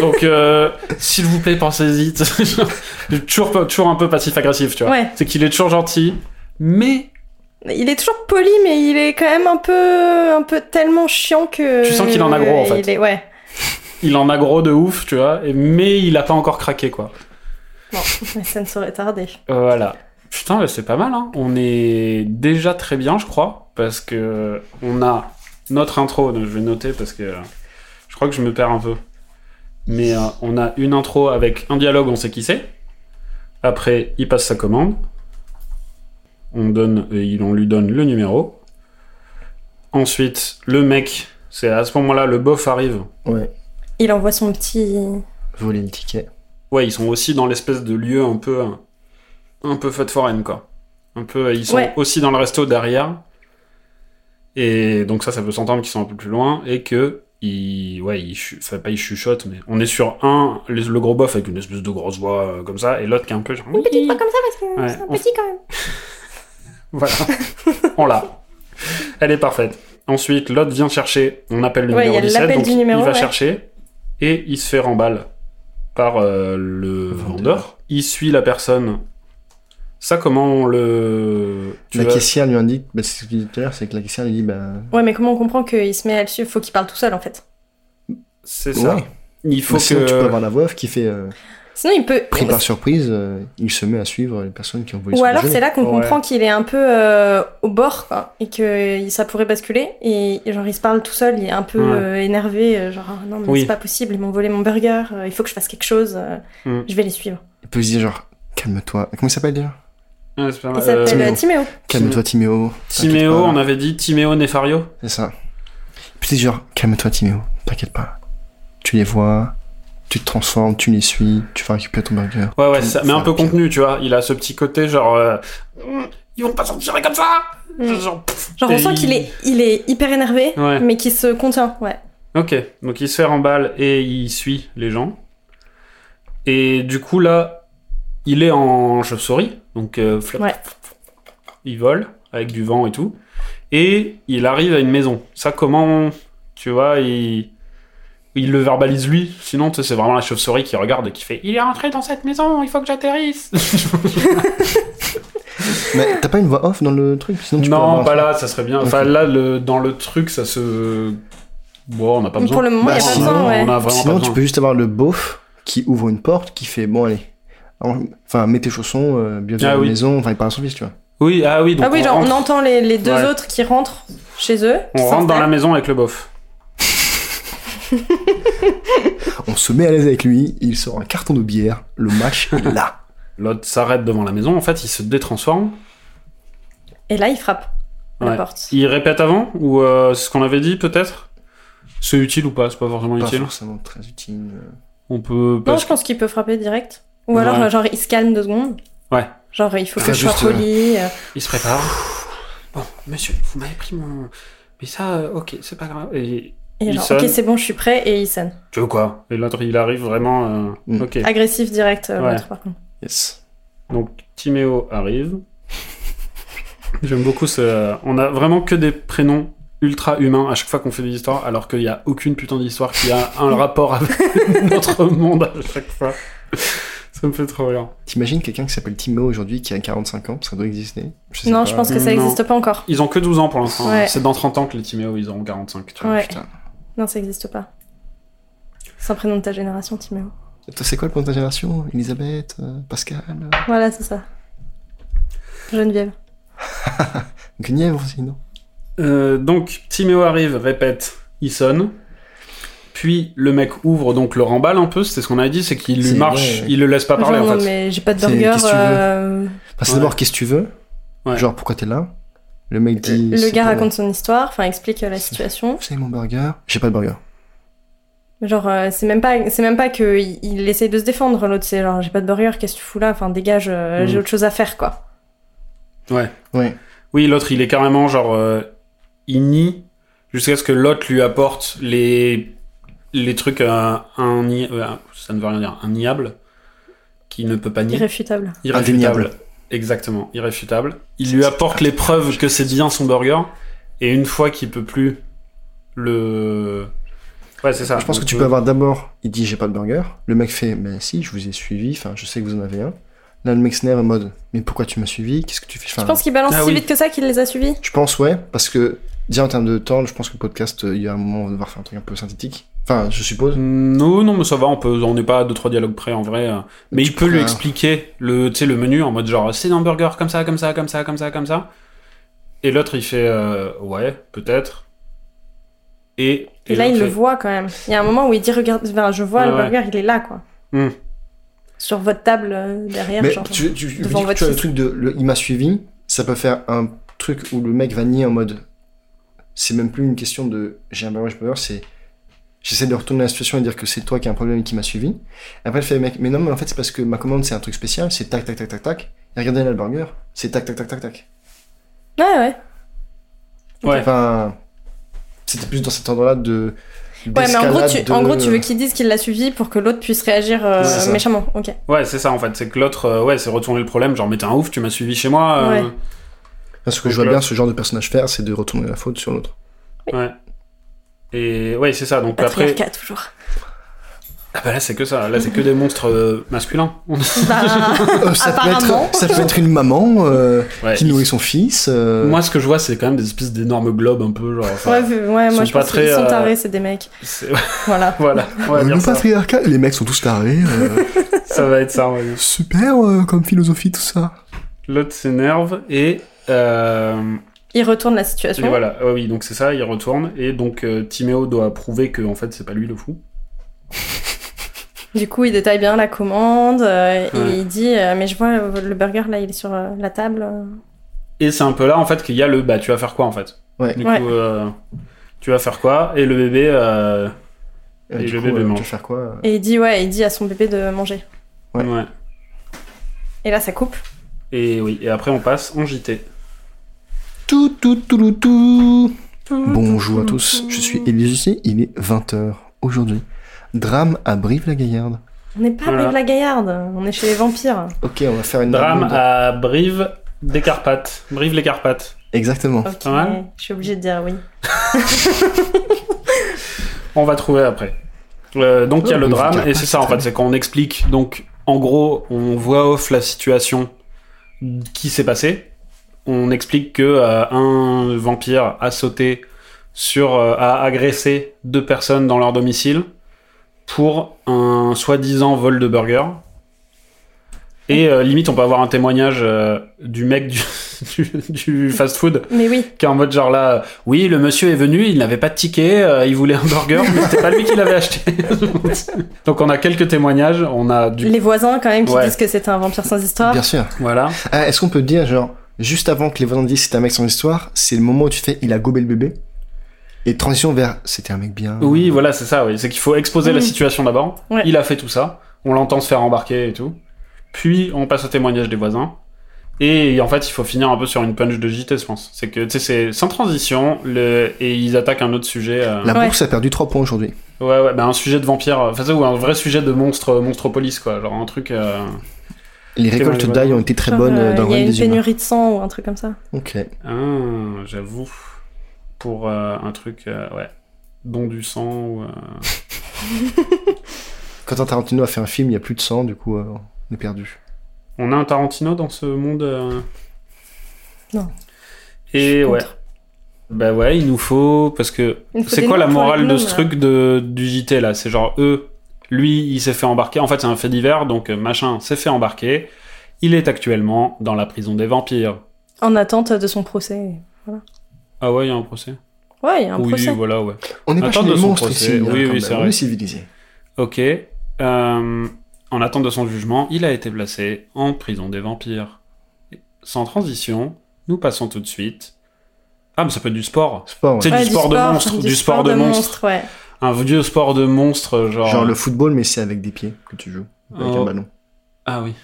donc euh, s'il vous plaît pensez-y toujours pas- toujours un peu passif agressif tu vois Ouais. c'est qu'il est toujours gentil mais Il est toujours poli, mais il est quand même un peu, un peu tellement chiant que. Tu sens qu'il en a gros, en fait. Il est- ouais. il en a gros de ouf tu vois et, mais il a pas encore craqué quoi Non, mais ça ne saurait tarder. Euh, Voilà. Putain, bah, c'est pas mal. Hein. On est déjà très bien, je crois, parce que on a notre intro. Donc je vais noter parce que euh, je crois que je me perds un peu. Mais euh, on a une intro avec un dialogue, on sait qui c'est. Après, il passe sa commande. On donne, et il- on lui donne le numéro. Ensuite, le mec, c'est à ce moment-là, le bof arrive. Ouais, Il envoie son petit. voler le ticket. Ouais, ils sont aussi dans l'espèce de lieu un peu un peu fête foraine quoi. Un peu ils sont Ouais. aussi dans le resto derrière. Et donc ça ça peut s'entendre qu'ils sont un peu plus loin et que ils ouais, ils chu- enfin pas ils chuchotent mais on est sur un le, le gros bof avec une espèce de grosse voix euh, comme ça et l'autre qui est un peu genre Une petite Oui. pas comme ça parce que Ouais, c'est un on- petit quand même. voilà. on l'a. Elle est parfaite. Ensuite, l'autre vient chercher, on appelle le Ouais, il y numéro a 17 l'appel donc du numéro, il va ouais. chercher et il se fait remballe par euh, le vendeur. vendeur. Il suit la personne. Ça, comment on le... tu la vas- caissière lui indique, bah, c'est ce que je disais tout à l'heure, c'est que la caissière lui dit, bah. Ouais, mais comment on comprend qu'il se met à le suivre Faut qu'il parle tout seul, en fait. C'est ça. ouais. Il faut Bah, sinon, que... tu peux avoir la voix off qui fait, euh, Sinon, il peut. pris par surprise, euh, il se met à suivre les personnes qui ont volé Ou son alors déjeuner. c'est là qu'on Ouais. comprend qu'il est un peu euh, au bord quoi, et que il- ça pourrait basculer et et genre il se parle tout seul, il est un peu Ouais. euh, énervé, euh, genre Ah, non mais Oui. c'est pas possible, ils m'ont volé mon burger, euh, il faut que je fasse quelque chose, euh, Mm. je vais les suivre. Il peut se dire, genre, calme-toi. Comment il s'appelle déjà Ouais, c'est pas Il mal. Euh, s'appelle Timéo. euh, Timéo. Calme-toi, Timéo. Timéo, T'inquiète pas. on avait dit Timéo Nefario. C'est ça. Puis c'est genre, calme-toi Timéo, t'inquiète pas. Tu les vois, tu te transformes, tu les suis, tu vas récupérer ton burger. Ouais, ouais, Tu- ça- mais un ça- peu contenu, tu vois. Il a ce petit côté genre... euh, Ils vont pas s'en tirer comme ça Genre, pff, Mm. Genre et on sent il- qu'il est, il est hyper énervé, Ouais. mais qu'il se contient, ouais. Ok, donc il se fait remballe et il suit les gens. Et du coup, là, il est en chauve-souris, donc euh, flop. Ouais. il vole avec du vent et tout. Et il arrive à une maison. Ça, comment, tu vois, il, il le verbalise lui. Sinon, tu sais, c'est vraiment la chauve-souris qui regarde et qui fait Il est rentré dans cette maison, il faut que j'atterrisse. Mais t'as pas une voix off dans le truc Sinon tu peux non, avoir- pas là, ça serait bien. Enfin, Ok. là, le, dans le truc, ça se. Bon, on n'a pas besoin. Pour le moment, Bah, il y a pas sinon, besoin, ouais. on a vraiment pas Sinon tu besoin. peux juste avoir le beauf qui ouvre une porte, qui fait, bon allez, enfin mets tes chaussons, euh, bienvenue Ah à la oui. maison, enfin il part à son fils, tu vois. Oui, ah oui, donc Ah oui, on genre rentre- on entend les, les deux Ouais. autres qui rentrent chez eux. qui On rentre dans la s'installent. maison avec le bof. On se met à l'aise avec lui, il sort un carton de bière, le match est là. L'autre s'arrête devant la maison, en fait, il se détransforme. Et là il frappe à Ouais. la porte. Il répète avant Ou euh, c'est ce qu'on avait dit, peut-être C'est utile ou pas C'est pas forcément Pas utile. forcément très utile. euh. On peut. Non, parce je pense qu'il peut frapper direct. Ou Ouais. alors euh, genre il se calme deux secondes. Ouais. Genre, il faut que Ah, je sois juste, euh, poli. euh, Il se prépare. Bon, monsieur, vous m'avez pris mon. Mais ça, euh, ok, c'est pas grave. Et Et il genre, sonne. ok, c'est bon, je suis prêt. Et il sonne. tu veux quoi Et l'autre, il arrive vraiment. euh, Mm. Ah, Ok. Agressif direct, euh, Ouais. l'autre, par contre. Yes. Donc Timéo arrive. J'aime beaucoup ce. On a vraiment que des prénoms ultra humains à chaque fois qu'on fait des histoires, alors qu'il n'y a aucune putain d'histoire qui a un rapport avec notre monde à chaque fois. Ça me fait trop rire. T'imagines quelqu'un qui s'appelle Timéo aujourd'hui qui a 45 ans Ça doit exister sais Non, pas. je pense que ça Non. n'existe pas encore. Ils ont que 12 ans pour l'instant. Ouais. C'est dans 30 ans que les Timéo ils auront 45. Tu vois. Ouais. Putain. Non, ça n'existe pas. C'est un prénom de ta génération, Timéo. Toi, c'est quoi le point de ta génération Elisabeth euh, Pascal euh, Voilà, c'est ça. Geneviève. Guenièvre aussi, non Euh, donc Timéo arrive, répète, il sonne. Puis le mec ouvre, donc le remballe un peu. C'est ce qu'on a dit, c'est qu'il lui C'est- marche, ouais. il le laisse pas parler Genre, en non, fait. mais j'ai pas de C'est- burger. qu'est-ce que tu veux euh, Enfin, c'est Ouais. d'abord qu'est-ce que tu veux Ouais. Genre pourquoi t'es là Le mec dit. Le c'est gars pour- raconte son histoire, enfin explique euh, la C'est- situation. C'est mon burger. J'ai pas de burger. Genre, euh, c'est même pas, c'est même pas que il, il essaye de se défendre. L'autre, c'est genre, j'ai pas de burger, qu'est-ce que tu fous là Enfin, dégage, euh, Mm. j'ai autre chose à faire, quoi. Ouais. Oui, l'autre, il est carrément genre. euh, il nie jusqu'à ce que l'autre lui apporte les, les trucs à un. ni- euh, ça ne veut rien dire. Un niable qui ne peut pas nier. Irréfutable. Indéniable. Exactement, irréfutable. Il lui apporte les preuves que c'est bien son burger. Et une fois qu'il peut plus le. Ouais, c'est ça. je pense que Donc, tu euh, peux avoir d'abord, il dit j'ai pas de burger. Le mec fait, mais si, je vous ai suivi, enfin, je sais que vous en avez un. Là, le mec se nerve en mode, mais pourquoi tu m'as suivi Qu'est-ce que tu fais Je Enfin, pense qu'il balance Ah si oui. vite que ça qu'il les a suivis. Je pense, ouais, parce que, déjà en termes de temps, je pense que le podcast, euh, il y a un moment, on va devoir faire un truc un peu synthétique. Enfin, je suppose. Non, non, mais ça va, on peut, on n'est pas à deux trois dialogues près en vrai. euh. Mais Tu il peut lui pourrais- expliquer le, tu sais, le menu en mode genre c'est un burger comme ça, comme ça, comme ça, comme ça, comme ça. Et l'autre il fait euh, ouais, peut-être. Et, Et, là, l'autre il le fait, voit quand même. Il y a un moment où il dit, regarde, enfin, je vois Ouais, le ouais. burger, il est là, quoi. Mm. Sur votre table euh, derrière, Mais genre. tu, tu, tu, devant tu vois votre le fils. truc de, le- il m'a suivi, ça peut faire un truc où le mec va nier en mode, c'est même plus une question de j'ai un burger, j'ai pas de burger, c'est j'essaie de retourner la situation et dire que c'est toi qui as un problème et qui m'a suivi. Après, il fait mec, mais non, mais en fait, c'est parce que ma commande c'est un truc spécial, c'est tac tac tac tac tac. Et regardez là le burger, c'est tac tac tac tac tac. Ouais, ouais. Ouais. Enfin, c'était plus dans cet ordre-là de. Ouais, mais en gros, tu, d'escalade en de- gros, tu veux qu'il dise qu'il l'a suivi pour que l'autre puisse réagir euh, C'est ça. méchamment. Ok. Ouais, c'est ça en fait, c'est que l'autre, euh, ouais, c'est retourner le problème, genre mais t'es un ouf, tu m'as suivi chez moi. euh, Ouais. Enfin, Ce que je vois bien ce genre de personnage faire, c'est de retourner la faute sur l'autre. Et ouais, c'est ça. Donc après, Patriarcat, toujours. ah bah là c'est que ça, là c'est que des monstres euh, masculins. Bah, Euh, ça, peut Apparemment. être, ça peut être une maman euh, Ouais. qui nourrit son fils. euh, Moi ce que je vois c'est quand même des espèces d'énormes globes un peu genre. enfin, ouais, ouais, moi, sont je pas pense très, qu'ils sont euh, tarés, c'est des mecs. c'est- Voilà. voilà. on va Euh, dire le ça. patriarcat, les mecs sont tous tarés. euh, ça va être ça. on va dire. super euh, comme philosophie, tout ça. L'autre s'énerve et euh, Il retourne la Et situation. voilà, Ah oui, donc c'est ça, il retourne, et donc euh, Timéo doit prouver que en fait c'est pas lui le fou. Du coup, il détaille bien la commande euh, Ouais. et il dit euh, Mais je vois euh, le burger là, il est sur euh, la table. euh. Et c'est un peu là en fait qu'il y a le bah tu vas faire quoi en fait Ouais. Du Ouais. coup, euh, tu vas faire quoi Et le bébé, euh, Et du le coup, bébé euh, mange. Tu vas faire quoi euh Et il dit Ouais, il dit à son bébé de manger. Ouais. ouais. Et là, ça coupe. Et oui, et après on passe en JT. Tout, tout, tout, tout, tout. Bonjour à tous, je suis Élie il est 20h aujourd'hui. Drame à Brive-la-Gaillarde. On n'est pas Voilà. avec la gaillarde, on est chez les vampires. Ok, on va faire une Drame round. à Brive des Carpates. Brive les Carpates. Exactement. Ok, pas mal. je suis obligée de dire oui. On va trouver après. Euh, donc il y a Oh, le oui, drame, c'est et c'est ça en très fait, c'est qu'on explique, donc en gros, on voit off la situation qui s'est passée. On explique que euh, un vampire a sauté sur, euh, a agressé deux personnes dans leur domicile pour un soi-disant vol de burger. Et euh, limite, on peut avoir un témoignage euh, du mec du, du, du fast-food Mais oui, qui est en mode genre là, euh, oui, le monsieur est venu, il n'avait pas de ticket, euh, il voulait un burger, mais c'était pas lui qui l'avait acheté. Donc on a quelques témoignages, on a du les voisins quand même qui Ouais. disent que c'était un vampire sans histoire. Bien sûr. voilà. Ah, Est-ce qu'on peut dire, genre, juste avant que les voisins disent c'est un mec sans histoire, c'est le moment où tu fais il a gobé le bébé et transition vers c'était un mec bien. Oui, voilà, c'est ça, oui, c'est qu'il faut exposer la Mm. situation d'abord. Ouais. Il a fait tout ça, on l'entend se faire embarquer et tout. Puis on passe au témoignage des voisins. Et en fait, il faut finir un peu sur une punch de JT, je pense. C'est que, tu sais, c'est sans transition, le... et ils attaquent un autre sujet. euh, La Ouais. bourse a perdu 3 points aujourd'hui. Ouais, ouais, bah un sujet de vampire, euh, enfin, ça, ou un vrai sujet de monstre, euh, monstropolis, quoi. Genre un truc. euh, Les Très récoltes bonne, d'ail ont été très Genre, bonnes euh, euh, Il y dans le a royaume une des humains. pénurie de sang ou un truc comme ça. Ok. Ah, j'avoue. Pour euh, un truc, euh, ouais. Don du sang ou. euh, Quentin Tarantino a fait un film, il n'y a plus de sang, du coup, euh, on est perdu. On a un Tarantino dans ce monde euh, Non. Et Je suis ouais. contre. Bah ouais, il nous faut. Parce que. Il nous faut C'est des quoi la noms pour les morale de gnomes, ce là. truc de, du JT là C'est genre, eux, lui, il s'est fait embarquer. En fait, c'est un fait divers, donc euh, machin s'est fait embarquer. Il est actuellement dans la prison des vampires. En attente de son procès. Ah ouais, il y a un procès Ouais, il y a un Oui, procès. voilà, ouais. On n'est pas Attends chez de les son monstres procès. ici. hein, Oui, quand oui, même. c'est On vrai. est civilisé. Ok. Euh, en attente de son jugement, il a été placé en prison des vampires. Et Sans transition, nous passons tout de suite. Ah, mais ça peut être du sport. Sport, ouais. C'est du sport de monstre, du sport de monstre. ouais. Un vieux sport de monstre, genre. Genre le football, mais c'est avec des pieds que tu joues. Avec Oh. un ballon. Ah oui.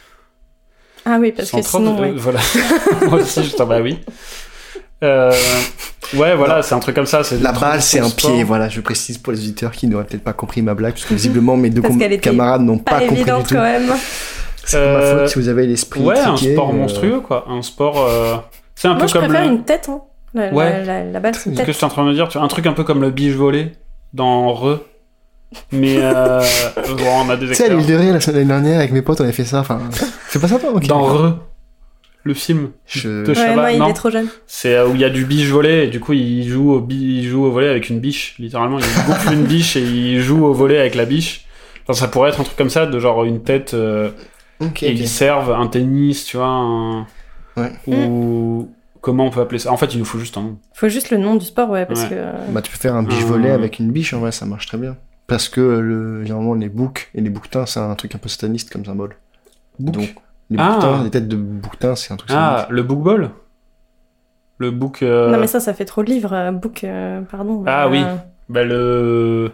Ah oui, parce que 130, sinon, euh, ouais. voilà. Moi aussi, je t'en bah oui. Euh, ouais, voilà, c'est un truc comme ça. c'est La du balle, c'est un sport. pied, voilà, je précise pour les auditeurs qui n'auraient peut-être pas compris ma blague, parce que visiblement mes deux Parce com- qu'elle était camarades n'ont pas, Pas compris du évidente tout. quand même. C'est pas ma Euh, faute si vous avez l'esprit Ouais, un étriqué, sport euh, monstrueux, quoi. Un sport. euh, C'est un Moi, peu je comme. préfère le- une tête, hein. La, la- Ouais. la- la balle, c'est une C'est tête. ce que je suis en train de me dire, tu vois, un truc un peu comme le biche volé dans Re. Mais euh, bon, on a des Tu sais, à l'île experts. de Ré, la semaine dernière, avec mes potes, on avait fait ça. Enfin, c'est pas sympa, ok. Dans Re, le film. Je- de Ouais, Ouais, Shabbat, moi, il non est trop jeune. C'est euh, où il y a du biche volé et du coup il joue au, bi- il joue au volet avec une biche. Littéralement, il gonfle une biche et il joue au volet avec la biche. Enfin, ça pourrait être un truc comme ça, de genre une tête euh, Ok, et ils ok. servent un tennis, tu vois. un- Ouais. Ou Mm. comment on peut appeler ça En fait, il nous faut juste un nom. Faut juste le nom du sport, ouais, parce Ouais. que. euh, Bah, tu peux faire un biche volet Euh. avec une biche, en vrai, ça marche très bien. Parce que le, généralement, les boucs et les bouquetins, c'est un truc un peu sataniste comme symbole. Bouc. Donc, les Ah. bouquetins, les têtes de bouquetins, c'est un truc Ah, sataniste. le book ball Le book. euh, Non, mais ça, ça fait trop livre, euh, book, euh, pardon. Ah Euh, oui. bah, le.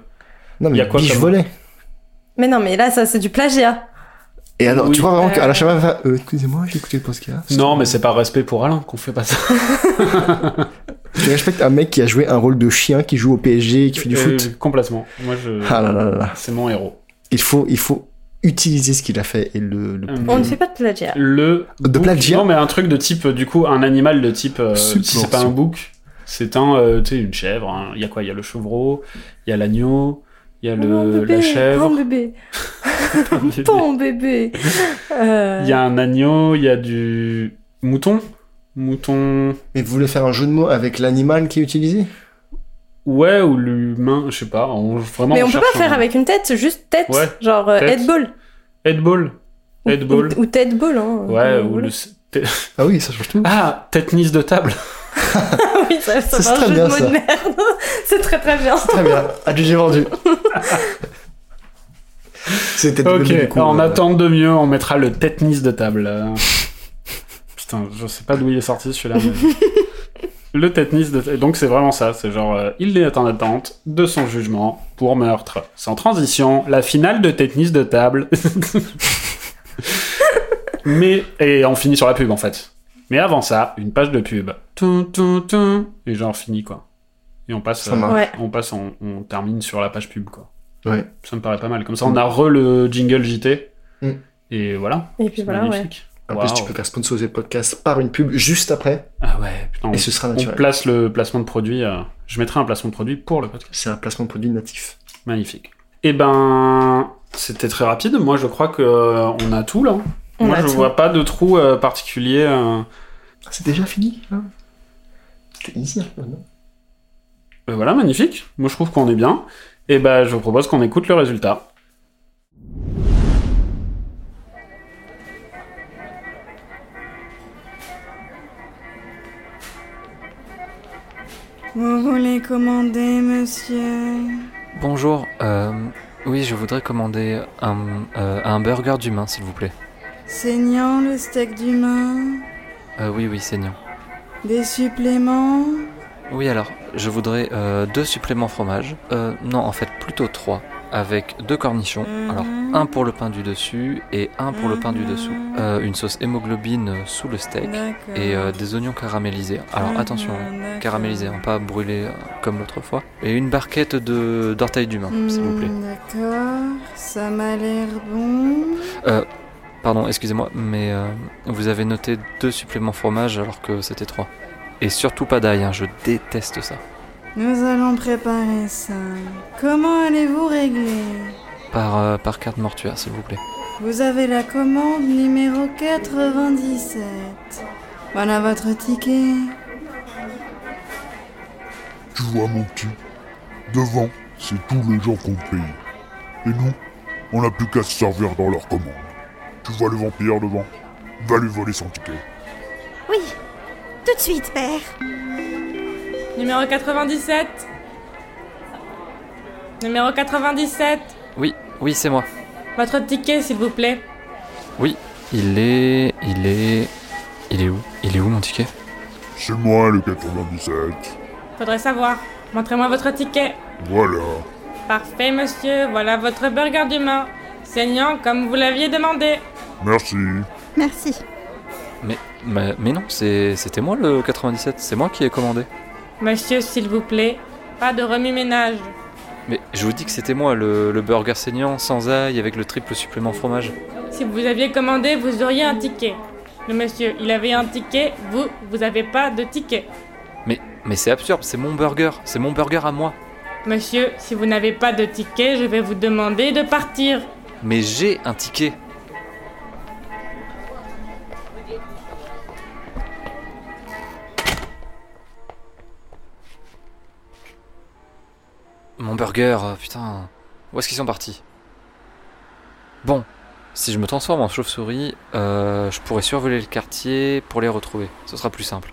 Non, il y mais a quoi biche comme- volet. Mais non, mais là, ça, c'est du plagiat. Et alors, Oui. tu vois vraiment Euh. qu'à la Shabbat, va, euh, excusez-moi, j'ai écouté le podcast. Non, mais c'est par respect pour Alain qu'on fait pas ça. Tu respectes un mec qui a joué un rôle de chien, qui joue au PSG, et qui fait du Euh, foot. Complètement. Moi, je. Ah là là là là. C'est mon héros. Il faut, il faut utiliser ce qu'il a fait et le, le- On ne Hum. fait pas de plagiat. le De bouc- plagiat Non, mais un truc de type, euh, du coup, un animal de type. euh, si Subvention. c'est pas un bouc, c'est un, euh, tu sais, une chèvre. hein. Il y a quoi Il y a le chevreau, il y a l'agneau, il y a Mon le, bébé, la Mon chèvre. bébé, ton bébé. Euh, Il y a un agneau, il y a du mouton, mouton. Mais vous voulez faire un jeu de mots avec l'animal qui est utilisé Ouais, ou l'humain, je sais pas. on- vraiment, Mais on peut cherche pas faire un- avec une tête, juste tête. Ouais, Genre euh, tête. headball. Headball. Ou- Headball. Ou, ou tête-ball, hein. Ouais, comme vous ou le. voulez. t- Ah oui, ça change tout. Ah, tennis de table. oui, ça, ça Ça, fait c'est un très jeu bien, de mots ça. de merde. c'est très très bien. Très bien, ah, j'ai vendu. C'était le Ok, bébé, du coup, en euh, attente de mieux, on mettra le tetnis de table. euh. Putain, je sais pas d'où il est sorti celui-là. mais- le tetnis de table. Donc c'est vraiment ça, c'est genre, euh, il est en attente de son jugement pour meurtre. Sans transition, la finale de tetnis de table. Mais, et on finit sur la pub en fait. Mais avant ça, une page de pub. Tum, tum, tum. Et genre, fini quoi. Et on passe, euh, Ça marche. Ouais. on, passe on, on termine sur la page pub quoi. Ouais. Ça me paraît pas mal. Comme ça, on a re le jingle JT. Mm. Et voilà. Et puis C'est voilà, ouais. magnifique. En Waouh. plus, tu peux faire sponsoriser le podcast par une pub juste après, Ah ouais, putain. et On, ce sera on naturel. place le placement de produit. euh, je mettrai un placement de produit pour le podcast. C'est un placement de produit natif. Magnifique. Eh ben, c'était très rapide. Moi, je crois que euh, on a tout là. On Moi, a je tout. vois pas de trou euh, particulier. euh. Ah, C'est déjà fini là C'était easy hein, un peu, non Ben voilà, magnifique. Moi, je trouve qu'on est bien. Et ben, je vous propose qu'on écoute le résultat. Vous voulez commander, monsieur Bonjour, euh, oui, je voudrais commander un, euh, un burger d'humain, s'il vous plaît. Saignant le steak d'humain Euh, oui, oui, saignant. Des suppléments Oui, alors, je voudrais euh, deux suppléments fromage. Euh, non, en fait, plutôt trois. avec deux cornichons. euh, Mhm. Alors, un pour le pain du dessus et un pour le pain du dessous. Euh, une sauce hémoglobine euh, sous le steak D'accord. Mhm. et euh, des oignons caramélisés. Alors, attention, hein, caramélisés, hein, pas brûlés euh, comme l'autre fois. Et une barquette de d'orteils d'humain, s'il vous plaît. Hmm, D'accord, ça m'a l'air bon. Pardon, excusez-moi, mais euh, vous avez noté deux suppléments fromage alors que c'était trois. Et surtout pas d'ail, hein, je déteste ça. Nous allons préparer ça. Comment allez-vous régler Par, euh, par carte mortuaire, s'il vous plaît. Vous avez la commande numéro 97. Voilà votre ticket. Tu vois, mon petit, devant, c'est tous les gens qu'on paye. Et nous, on n'a plus qu'à se servir dans leur commande. Tu vois le vampire devant Va lui voler son ticket. Oui, tout de suite, père. Numéro 97. Numéro 97. Oui, oui, c'est moi. Votre ticket, s'il vous plaît. Il est. Il est. Il est où Il est où mon ticket C'est moi le 97. Faudrait savoir. Montrez-moi votre ticket. Voilà. Parfait, monsieur. Voilà votre burger d'humain. Saignant comme vous l'aviez demandé. Merci. Merci. mais, Bah, mais non, c'est- c'était moi le 97, c'est moi qui ai commandé. Monsieur, s'il vous plaît. Pas de remue-ménage. Mais je vous dis que c'était moi le, le burger saignant sans ail avec le triple supplément fromage. Si vous aviez commandé, vous auriez un ticket. Le monsieur, il avait un ticket. Vous, vous n'avez pas de ticket. Mais, mais c'est absurde, c'est mon burger, c'est mon burger à moi. Monsieur, si vous n'avez pas de ticket, je vais vous demander de partir. Mais j'ai un ticket. Mon burger, euh, putain. Où est-ce qu'ils sont partis Bon, si je me transforme en chauve-souris, euh, je pourrais survoler le quartier pour les retrouver. Ce sera plus simple.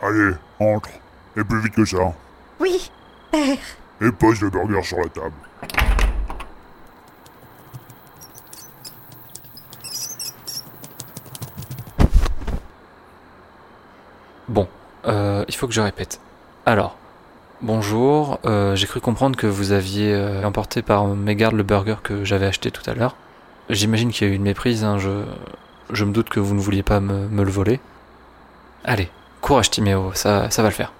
Allez, entre. Et plus vite que ça. Oui, père. Et pose le burger sur la table. Bon, euh, il faut que je répète. Alors, bonjour, euh, j'ai cru comprendre que vous aviez euh, emporté par mégarde le burger que j'avais acheté tout à l'heure. J'imagine qu'il y a eu une méprise, hein, je, je me doute que vous ne vouliez pas me, me le voler. Allez, courage Timéo, ça, ça va le faire.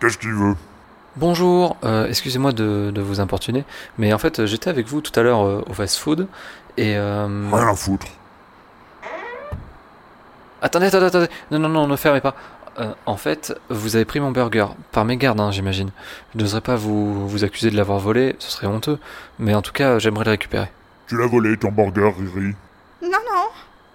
Qu'est-ce qu'il veut Bonjour, euh, excusez-moi de, de vous importuner, mais en fait j'étais avec vous tout à l'heure euh, au fast-food et... euh, Rien à foutre. Attendez, attendez, attendez. Non, non, non, ne fermez pas. Euh, en fait, vous avez pris mon burger. Par mégarde, hein, j'imagine. Je n'oserais pas vous, vous accuser de l'avoir volé, ce serait honteux. Mais en tout cas, j'aimerais le récupérer. Tu l'as volé ton burger, Riri. Non, non.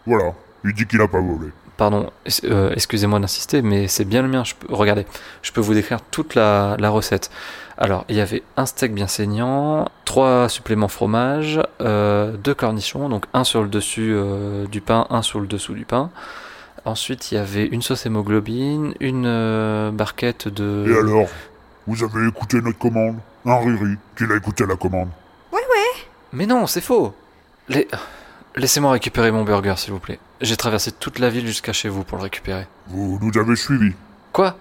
Voilà. Il dit qu'il n'a pas volé. Pardon, es- euh, excusez-moi d'insister, mais c'est bien le mien. Je peux, regardez, je peux vous décrire toute la, la recette. Alors, il y avait un steak bien saignant, trois suppléments fromage, euh, deux cornichons, donc un sur le dessus euh, du pain, un sur le dessous du pain. Ensuite, il y avait une sauce hémoglobine, une euh, barquette de... Et alors Vous avez écouté notre commande Un Riri qui l'a écouté la commande. Ouais, ouais. Mais non, c'est faux Les- Laissez-moi récupérer mon burger, s'il vous plaît. J'ai traversé toute la ville jusqu'à chez vous pour le récupérer. Vous nous avez suivis. Quoi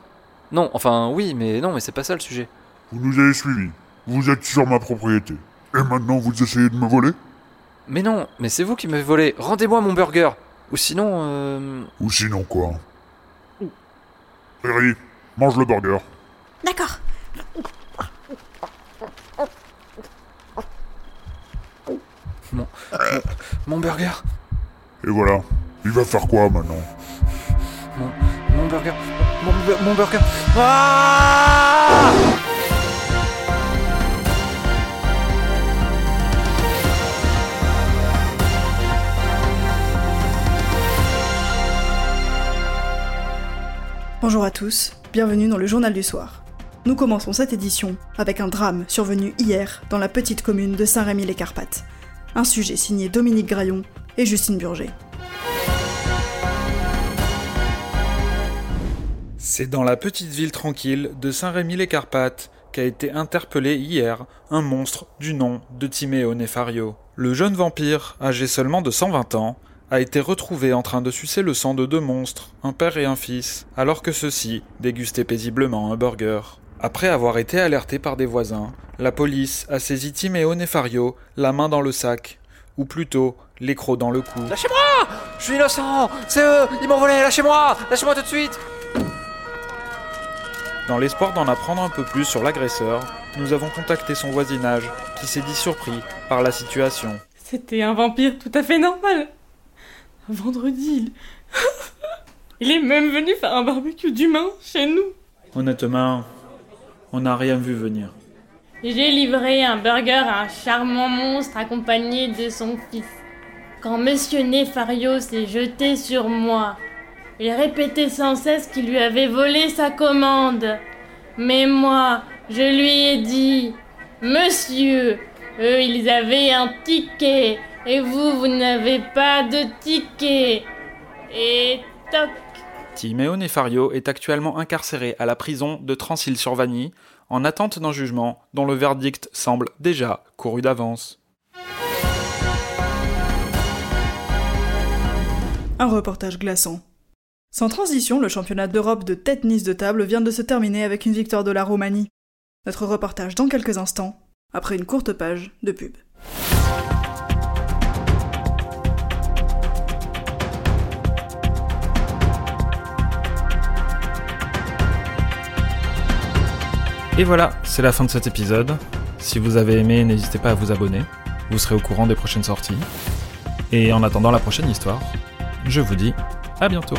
Non, enfin oui, mais non, mais c'est pas ça le sujet. Vous nous avez suivis. Vous êtes sur ma propriété. Et maintenant, vous essayez de me voler Mais non, mais c'est vous qui m'avez volé. Rendez-moi mon burger Ou sinon, euh... Ou sinon quoi Riri, mange le burger. D'accord. Mon burger Et voilà. Il va faire quoi maintenant Mon burger Mon, bu- mon burger Ah Bonjour à tous, bienvenue dans le journal du soir. Nous commençons cette édition avec un drame survenu hier dans la petite commune de Saint-Rémy-les-Carpates. Un sujet signé Dominique Graillon et Justine Burger. C'est dans la petite ville tranquille de Saint-Rémy-les-Carpates qu'a été interpellé hier un monstre du nom de Timéo Nefario. Le jeune vampire, âgé seulement de 120 ans, a été retrouvé en train de sucer le sang de deux monstres, un père et un fils, alors que ceux-ci dégustaient paisiblement un burger. Après avoir été alerté par des voisins, la police a saisi Timéo Nefario, la main dans le sac, ou plutôt l'écrou dans le cou. Lâchez-moi Je suis innocent C'est eux Ils m'ont volé Lâchez-moi Lâchez-moi tout de suite Dans l'espoir d'en apprendre un peu plus sur l'agresseur, nous avons contacté son voisinage, qui s'est dit surpris par la situation. C'était un vampire tout à fait normal. Un vendredi, il... il est même venu faire un barbecue d'humain chez nous. Honnêtement, on n'a rien vu venir. J'ai livré un burger à un charmant monstre accompagné de son fils. Quand Monsieur Nefario s'est jeté sur moi, il répétait sans cesse qu'il lui avait volé sa commande. Mais moi, je lui ai dit Monsieur, eux, ils avaient un ticket, et vous, vous n'avez pas de ticket. Et toc Timéo Nefario est actuellement incarcéré à la prison de Transil-sur-Vanille en attente d'un jugement dont le verdict semble déjà couru d'avance. Un reportage glaçant. Sans transition, le championnat d'Europe de tennis de table vient de se terminer avec une victoire de la Roumanie. Notre reportage dans quelques instants, après une courte page de pub. Et voilà, c'est la fin de cet épisode. Si vous avez aimé, n'hésitez pas à vous abonner. Vous serez au courant des prochaines sorties. Et en attendant la prochaine histoire, je vous dis à bientôt.